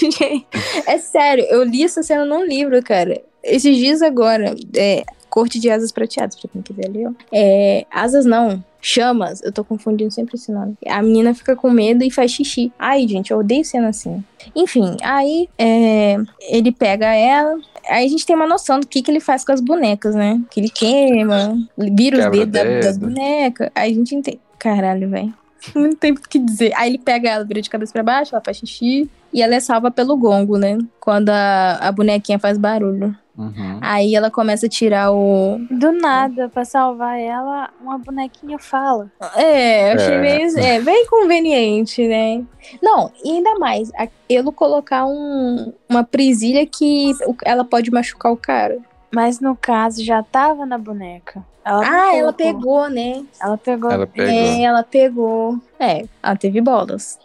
[SPEAKER 1] Gente, é sério, eu li essa cena num livro, cara. Esses dias agora, é, Corte de Asas Prateadas, pra quem quiser ler, ó. É, asas não, chamas. Eu tô confundindo sempre esse nome. A menina fica com medo e faz xixi. Ai, gente, eu odeio cena assim. Enfim, aí é, ele pega ela. Aí a gente tem uma noção do que, que ele faz com as bonecas, né? Que ele queima, vira os
[SPEAKER 3] Quebra
[SPEAKER 1] dedos da-
[SPEAKER 3] dedo.
[SPEAKER 1] das bonecas. Aí a gente entende. Caralho, velho. Não tem o que dizer. Aí ele pega ela, vira de cabeça pra baixo, ela faz xixi. E ela é salva pelo gongo, né? Quando a, a bonequinha faz barulho.
[SPEAKER 3] Uhum.
[SPEAKER 1] Aí ela começa a tirar o.
[SPEAKER 2] Do nada, pra salvar ela, uma bonequinha fala.
[SPEAKER 1] É, eu achei
[SPEAKER 3] É.
[SPEAKER 1] meio. É, bem conveniente, né? Não, e ainda mais, a- ele colocar um, uma presilha que o- ela pode machucar o cara.
[SPEAKER 2] Mas no caso, já tava na boneca. Ela não
[SPEAKER 1] Ah, ela
[SPEAKER 2] colocou.
[SPEAKER 1] pegou, né?
[SPEAKER 2] Ela pegou.
[SPEAKER 3] Ela pegou.
[SPEAKER 1] É, ela pegou. É, ela teve bolas.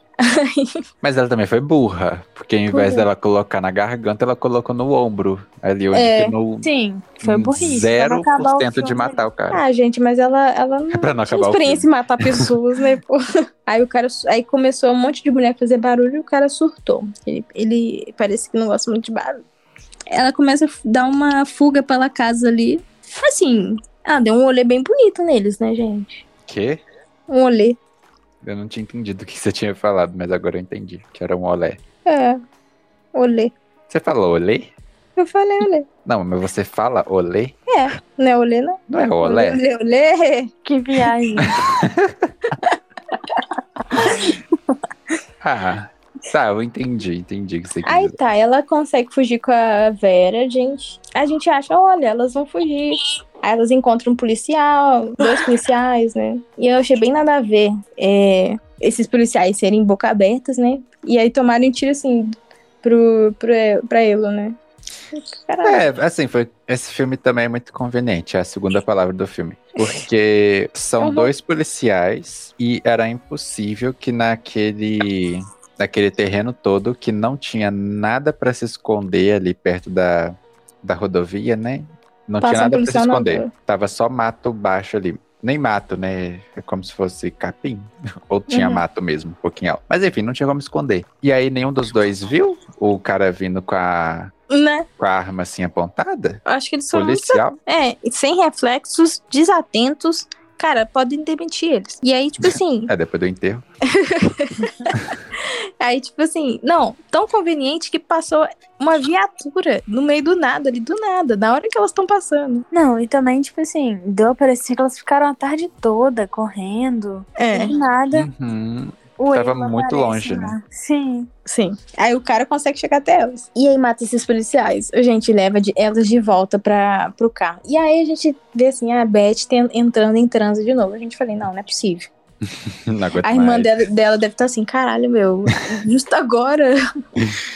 [SPEAKER 3] Mas ela também foi burra, porque ao invés dela colocar na garganta, ela colocou no ombro. Ali onde
[SPEAKER 1] É.
[SPEAKER 3] que não.
[SPEAKER 2] Sim, foi burrice. Pra não acabar o
[SPEAKER 3] 0% de
[SPEAKER 2] filme.
[SPEAKER 3] matar o cara.
[SPEAKER 1] Ah, gente, mas ela, ela não
[SPEAKER 3] pra não
[SPEAKER 1] tinha
[SPEAKER 3] acabar o filme.
[SPEAKER 1] experiência em matar pessoas, né? pô? Aí o cara. su- Aí começou um monte de mulher a fazer barulho e o cara surtou. Ele, ele parece que não gosta muito de barulho. Ela começa a f- dar uma fuga pela casa ali. Assim, ela deu um olê bem bonito neles, né, gente?
[SPEAKER 3] Quê?
[SPEAKER 1] Um olê.
[SPEAKER 3] Eu não tinha entendido o que você tinha falado, mas agora eu entendi. Que era um olé.
[SPEAKER 1] É. Olê.
[SPEAKER 3] Você falou olé?
[SPEAKER 1] Eu falei olê.
[SPEAKER 3] Não, mas você fala olé?
[SPEAKER 1] Não é olê, não?
[SPEAKER 3] Não é olé?
[SPEAKER 1] Olê, olê.
[SPEAKER 2] Que viagem.
[SPEAKER 3] Ah, tá, eu entendi, entendi o que você quis
[SPEAKER 1] Aí
[SPEAKER 3] dizer.
[SPEAKER 1] tá, ela consegue fugir com a Vera, gente. A gente acha, olha, elas vão fugir. Aí elas encontram um policial, dois policiais, né? E eu achei bem nada a ver é, esses policiais serem boca abertas, né? E aí tomarem um tiro assim pro, pro, pra Elo, né? Caralho.
[SPEAKER 3] É, assim, foi, esse filme também é muito conveniente, é a segunda palavra do filme. Porque são
[SPEAKER 1] Uhum.
[SPEAKER 3] dois policiais e era impossível que naquele, naquele terreno todo, que não tinha nada pra se esconder ali perto da, da rodovia, né? Não
[SPEAKER 1] Passa
[SPEAKER 3] tinha
[SPEAKER 1] um
[SPEAKER 3] nada pra se
[SPEAKER 1] policial na
[SPEAKER 3] esconder.
[SPEAKER 1] rua.
[SPEAKER 3] Tava só mato baixo ali. Nem mato, né? É como se fosse capim. Ou tinha
[SPEAKER 1] Uhum.
[SPEAKER 3] mato mesmo, um pouquinho alto. Mas enfim, não tinha como esconder. E aí nenhum dos dois viu o cara vindo com a,
[SPEAKER 1] Né?
[SPEAKER 3] com a arma assim apontada?
[SPEAKER 1] Eu acho que eles são muito.
[SPEAKER 3] policial?
[SPEAKER 1] É, e sem reflexos, desatentos. Cara, podem demitir eles. E aí, tipo assim,
[SPEAKER 3] É, depois do enterro.
[SPEAKER 1] Aí, tipo assim, não, tão conveniente que passou uma viatura no meio do nada, ali do nada, na hora que elas estão passando.
[SPEAKER 2] Não, e também, tipo assim, deu a parecer que elas ficaram a tarde toda correndo.
[SPEAKER 1] É.
[SPEAKER 2] Do nada.
[SPEAKER 3] Uhum.
[SPEAKER 2] O
[SPEAKER 3] Tava
[SPEAKER 2] Eva
[SPEAKER 3] muito
[SPEAKER 2] aparece
[SPEAKER 3] longe,
[SPEAKER 2] lá.
[SPEAKER 3] né?
[SPEAKER 2] Sim.
[SPEAKER 1] Sim. Aí o cara consegue chegar até elas. E aí mata esses policiais. A gente leva de- elas de volta pra, pro carro. E aí a gente vê assim, a Beth ten- entrando em transe de novo. A gente falei, não, não é possível.
[SPEAKER 3] Não aguento
[SPEAKER 1] A irmã
[SPEAKER 3] mais.
[SPEAKER 1] dela, dela deve estar assim, caralho, meu, justo agora.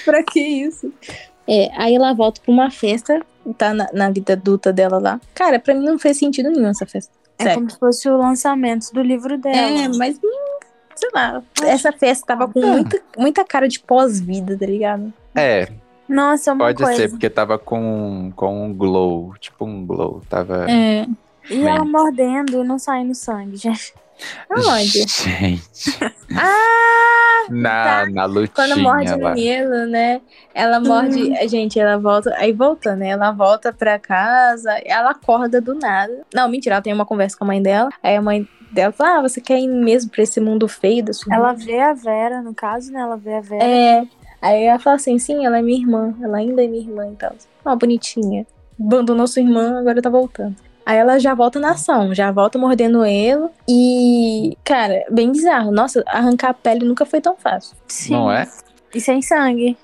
[SPEAKER 1] pra que isso? É, aí ela volta pra uma festa, tá na, na vida adulta dela lá. Cara, pra mim não fez sentido nenhum essa festa.
[SPEAKER 2] É
[SPEAKER 1] Sério.
[SPEAKER 2] como se fosse o lançamento do livro dela.
[SPEAKER 1] É, mas hum, sei lá. Essa festa tava com
[SPEAKER 3] É.
[SPEAKER 1] muita, muita cara de pós-vida, tá ligado?
[SPEAKER 3] É,
[SPEAKER 2] Nossa, uma
[SPEAKER 3] pode
[SPEAKER 2] coisa.
[SPEAKER 3] ser, porque tava com, com um glow, tipo um glow, tava...
[SPEAKER 1] É.
[SPEAKER 2] E
[SPEAKER 3] Bem.
[SPEAKER 2] ela mordendo e não saindo sangue, gente.
[SPEAKER 1] Aonde?
[SPEAKER 3] Gente,
[SPEAKER 1] Ah!
[SPEAKER 3] na, na lutinha
[SPEAKER 1] Quando morde
[SPEAKER 3] lá.
[SPEAKER 1] no Nilo, né? Ela morde. a Gente, ela volta. Aí volta, né? Ela volta pra casa, ela acorda do nada. Não, mentira, ela tem uma conversa com a mãe dela. Aí a mãe dela fala: Ah, você quer ir mesmo pra esse mundo feio da sua
[SPEAKER 2] Ela vê a Vera, no caso, né? Ela vê a Vera.
[SPEAKER 1] É. Aí ela fala assim: sim, ela é minha irmã. Ela ainda é minha irmã e tal. Ó, bonitinha. Abandonou sua irmã, agora tá voltando. Aí ela já volta na ação, já volta mordendo ele. E, cara, bem bizarro. Nossa, arrancar a pele nunca foi tão fácil.
[SPEAKER 2] Sim.
[SPEAKER 3] Não é?
[SPEAKER 2] E sem sangue.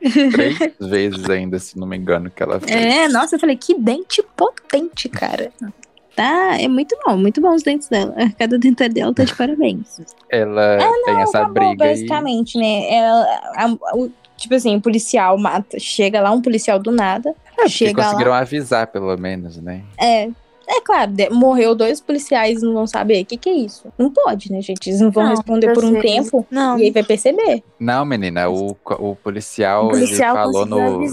[SPEAKER 3] E três vezes ainda, se não me engano, que ela fez.
[SPEAKER 1] É, nossa, eu falei, que dente potente, cara. Tá, é muito bom, muito bom os dentes dela. Cada dente dela tá de parabéns.
[SPEAKER 3] Ela tem
[SPEAKER 1] tá
[SPEAKER 3] essa
[SPEAKER 2] Acabou,
[SPEAKER 3] briga aí.
[SPEAKER 2] tá basicamente, né? Ela- a- o- tipo assim, o policial mata, chega lá, um policial do nada.
[SPEAKER 3] Que
[SPEAKER 2] chega lá.
[SPEAKER 3] É, conseguiram avisar, pelo menos, né?
[SPEAKER 2] É. É claro, de- morreu dois policiais, não vão saber. O que, que é isso? Não pode, né, gente? Eles não vão
[SPEAKER 1] Não,
[SPEAKER 2] responder por um
[SPEAKER 1] vocês-
[SPEAKER 2] tempo
[SPEAKER 1] Não.
[SPEAKER 2] e aí vai perceber.
[SPEAKER 3] Não, menina, o, o policial, ele falou no,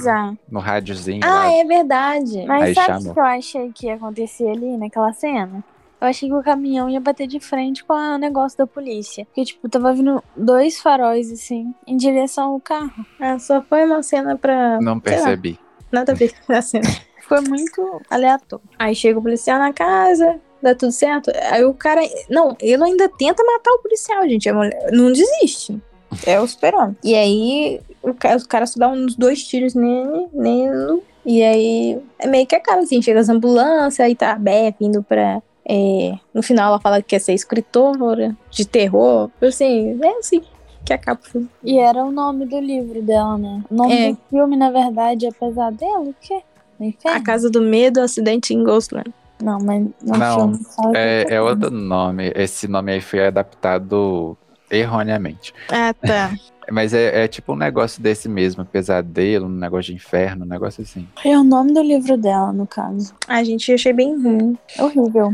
[SPEAKER 3] no rádiozinho
[SPEAKER 2] Ah,
[SPEAKER 3] lá.
[SPEAKER 2] é verdade.
[SPEAKER 3] Mas
[SPEAKER 2] Mas
[SPEAKER 3] Aí sabe
[SPEAKER 2] sabe
[SPEAKER 3] chamou. o
[SPEAKER 2] o
[SPEAKER 3] que
[SPEAKER 2] que eu achei que ia acontecer ali naquela cena? Eu achei que o caminhão ia bater de frente com o negócio da polícia. Porque, tipo, tava vindo dois faróis, assim, em direção ao carro.
[SPEAKER 1] ah, só foi uma cena pra.
[SPEAKER 3] Não percebi.
[SPEAKER 1] Nada a ver com a cena.
[SPEAKER 2] Foi muito aleatório.
[SPEAKER 1] Aí chega o policial na casa, dá tudo certo. Aí o cara.
[SPEAKER 2] Não, ele ainda tenta matar o policial, gente. A mulher não desiste. É o super-homem.
[SPEAKER 1] E aí o ca- os caras só dão uns dois tiros nele, nele. E aí é meio que a cara assim, chega as ambulâncias, aí tá a Beth indo pra. é, no final ela fala que quer ser escritora de terror. Assim, é assim que acaba o filme.
[SPEAKER 2] E era o nome do livro dela, né? O nome
[SPEAKER 1] É.
[SPEAKER 2] do filme, na verdade, é Pesadelo? O quê? No
[SPEAKER 1] A
[SPEAKER 2] Inferno?
[SPEAKER 1] Casa do Medo, Acidente em Ghostland.
[SPEAKER 2] Não, mas no
[SPEAKER 3] Não,
[SPEAKER 2] filme fala
[SPEAKER 3] É, é outro nome. Esse nome aí foi adaptado erroneamente.
[SPEAKER 1] Ah, tá.
[SPEAKER 3] Mas é, é tipo um negócio desse mesmo, pesadelo, um negócio de inferno, um negócio assim.
[SPEAKER 2] que- É o nome do livro dela, no caso. É
[SPEAKER 1] A gente eu achei bem ruim.
[SPEAKER 2] Horrível.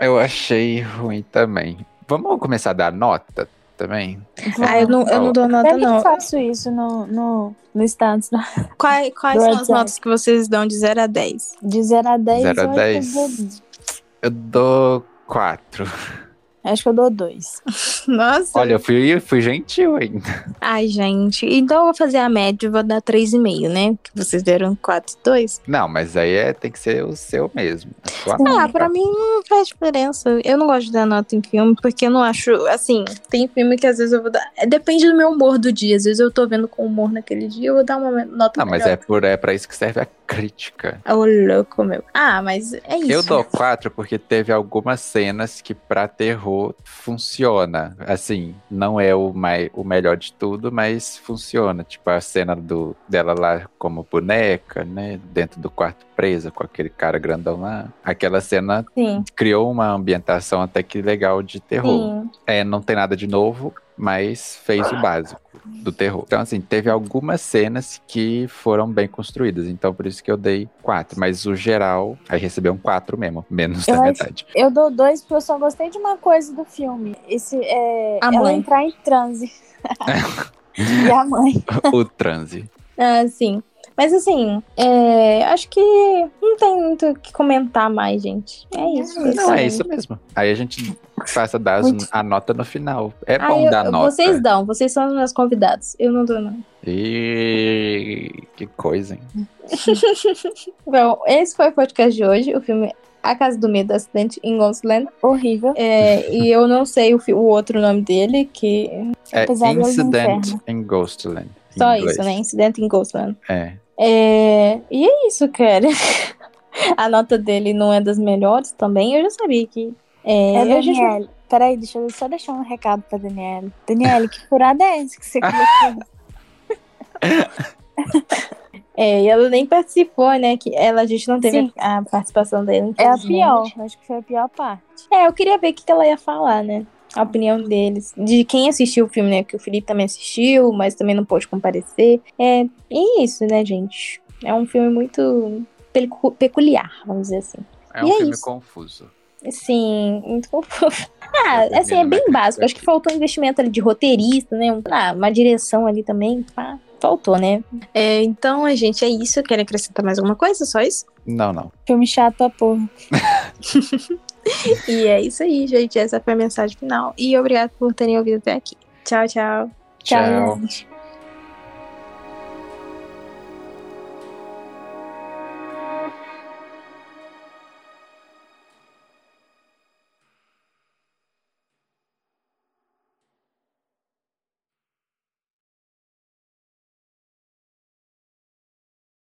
[SPEAKER 3] Eu achei ruim também. Vamos começar a dar nota também?
[SPEAKER 1] Ah, eu não, eu não dou nota,
[SPEAKER 2] Eu não
[SPEAKER 1] não.
[SPEAKER 2] é faço isso no, no, no status. não.
[SPEAKER 1] Quais, quais
[SPEAKER 2] Dois
[SPEAKER 1] são as
[SPEAKER 2] dez.
[SPEAKER 1] notas que vocês dão de 0 a 10?
[SPEAKER 2] De 0 a 10,
[SPEAKER 3] Zero a
[SPEAKER 2] eu acho
[SPEAKER 3] dez.
[SPEAKER 2] que eu dou-
[SPEAKER 3] Eu dou quatro.
[SPEAKER 2] acho que eu dou 2.
[SPEAKER 1] Nossa.
[SPEAKER 3] Olha, eu fui, eu fui gentil ainda.
[SPEAKER 1] Ai, gente. Então eu vou fazer a média e vou dar 3,5, né? Que vocês deram 4,2.
[SPEAKER 3] Não, mas aí é, tem que ser o seu mesmo. a sua
[SPEAKER 1] Ah,
[SPEAKER 3] nota.
[SPEAKER 1] pra mim não faz diferença. Eu não gosto de dar nota em filme, porque eu não acho. Assim, tem filme que às vezes eu vou dar. é, Depende do meu humor do dia. Às vezes eu tô vendo com humor naquele dia, eu vou dar uma nota.
[SPEAKER 3] Não, mas é, por, é pra isso que serve a crítica.
[SPEAKER 1] Ô, louco, meu. Ah, mas é isso.
[SPEAKER 3] Eu dou quatro porque teve algumas cenas que pra terror funciona. Assim, não é o, mai, o melhor de tudo, mas funciona. Tipo a cena do, dela lá como boneca, né? Dentro do quarto presa com aquele cara grandão lá. Aquela cena
[SPEAKER 2] Sim.
[SPEAKER 3] criou uma ambientação até que legal de terror.
[SPEAKER 1] Sim.
[SPEAKER 3] É, não tem nada de novo, mas fez o básico do terror. Então, assim, teve algumas cenas que foram bem construídas. Então, por isso que eu dei quatro. Mas o geral, aí recebeu um quatro mesmo, menos
[SPEAKER 2] Eu
[SPEAKER 3] da
[SPEAKER 2] acho-
[SPEAKER 3] metade.
[SPEAKER 2] Eu dou 2 porque eu só gostei de uma coisa do filme. Esse, é,
[SPEAKER 1] A
[SPEAKER 2] ela
[SPEAKER 1] mãe.
[SPEAKER 2] entrar em transe. e a mãe.
[SPEAKER 3] o transe.
[SPEAKER 1] Ah, sim. Mas assim, é, acho que não tem muito o que comentar mais, gente. É isso.
[SPEAKER 3] Não, é
[SPEAKER 1] assim.
[SPEAKER 3] isso mesmo. Aí a gente passa dar as-
[SPEAKER 2] Muito.
[SPEAKER 3] a nota no final. É
[SPEAKER 1] Ah,
[SPEAKER 3] bom
[SPEAKER 1] eu-
[SPEAKER 3] dar
[SPEAKER 1] eu-
[SPEAKER 3] nota.
[SPEAKER 1] Vocês dão, vocês são os meus convidados. Eu não dou, não.
[SPEAKER 3] E que coisa, hein?
[SPEAKER 1] Bom, esse foi o podcast de hoje, o filme A Casa do Medo, Acidente em Ghostland.
[SPEAKER 2] Horrível.
[SPEAKER 1] É, e eu não sei o, fi- o outro nome dele, que
[SPEAKER 3] É
[SPEAKER 2] Apesar do
[SPEAKER 3] Incident
[SPEAKER 2] inferno.
[SPEAKER 3] in Ghostland. em
[SPEAKER 1] um só
[SPEAKER 3] inglês.
[SPEAKER 1] isso, né? Incidente em Ghostland.
[SPEAKER 3] É.
[SPEAKER 1] É, e é isso, cara. A nota dele não é das melhores também, eu já sabia que. É,
[SPEAKER 2] É,
[SPEAKER 1] eu já
[SPEAKER 2] Daniele. Peraí, deixa eu só deixar um recado pra Daniele. Daniele, que furada é essa que você colocou?
[SPEAKER 1] É, e ela nem participou, né? Que ela, a gente não teve
[SPEAKER 2] Sim.
[SPEAKER 1] a, a participação dele.
[SPEAKER 2] é a
[SPEAKER 1] infelizmente.
[SPEAKER 2] pior. Eu Acho que foi a pior parte.
[SPEAKER 1] É, eu queria ver o que, que ela ia falar, né? A opinião deles. De quem assistiu o filme, né? Que o Felipe também assistiu, mas também não pôde comparecer. É, e isso, né, gente? É um filme muito pecu- peculiar, vamos dizer assim.
[SPEAKER 3] É
[SPEAKER 1] E
[SPEAKER 3] um
[SPEAKER 1] é
[SPEAKER 3] filme
[SPEAKER 1] isso.
[SPEAKER 3] confuso.
[SPEAKER 1] Sim, muito confuso. Ah,
[SPEAKER 3] Eu
[SPEAKER 1] assim, é
[SPEAKER 3] termino
[SPEAKER 1] bem
[SPEAKER 3] minha
[SPEAKER 1] básico. Acho que faltou um investimento ali de roteirista, né? Um- ah, uma direção ali também, pá. Faltou, né? É, então, gente, é isso. Querem acrescentar mais alguma coisa? Só isso?
[SPEAKER 3] Não, não.
[SPEAKER 2] Filme chato pra porra.
[SPEAKER 1] E é isso aí, gente. Essa foi a mensagem final. E obrigado por terem ouvido até aqui. Tchau, tchau.
[SPEAKER 2] Tchau,
[SPEAKER 3] Tchau.
[SPEAKER 2] gente.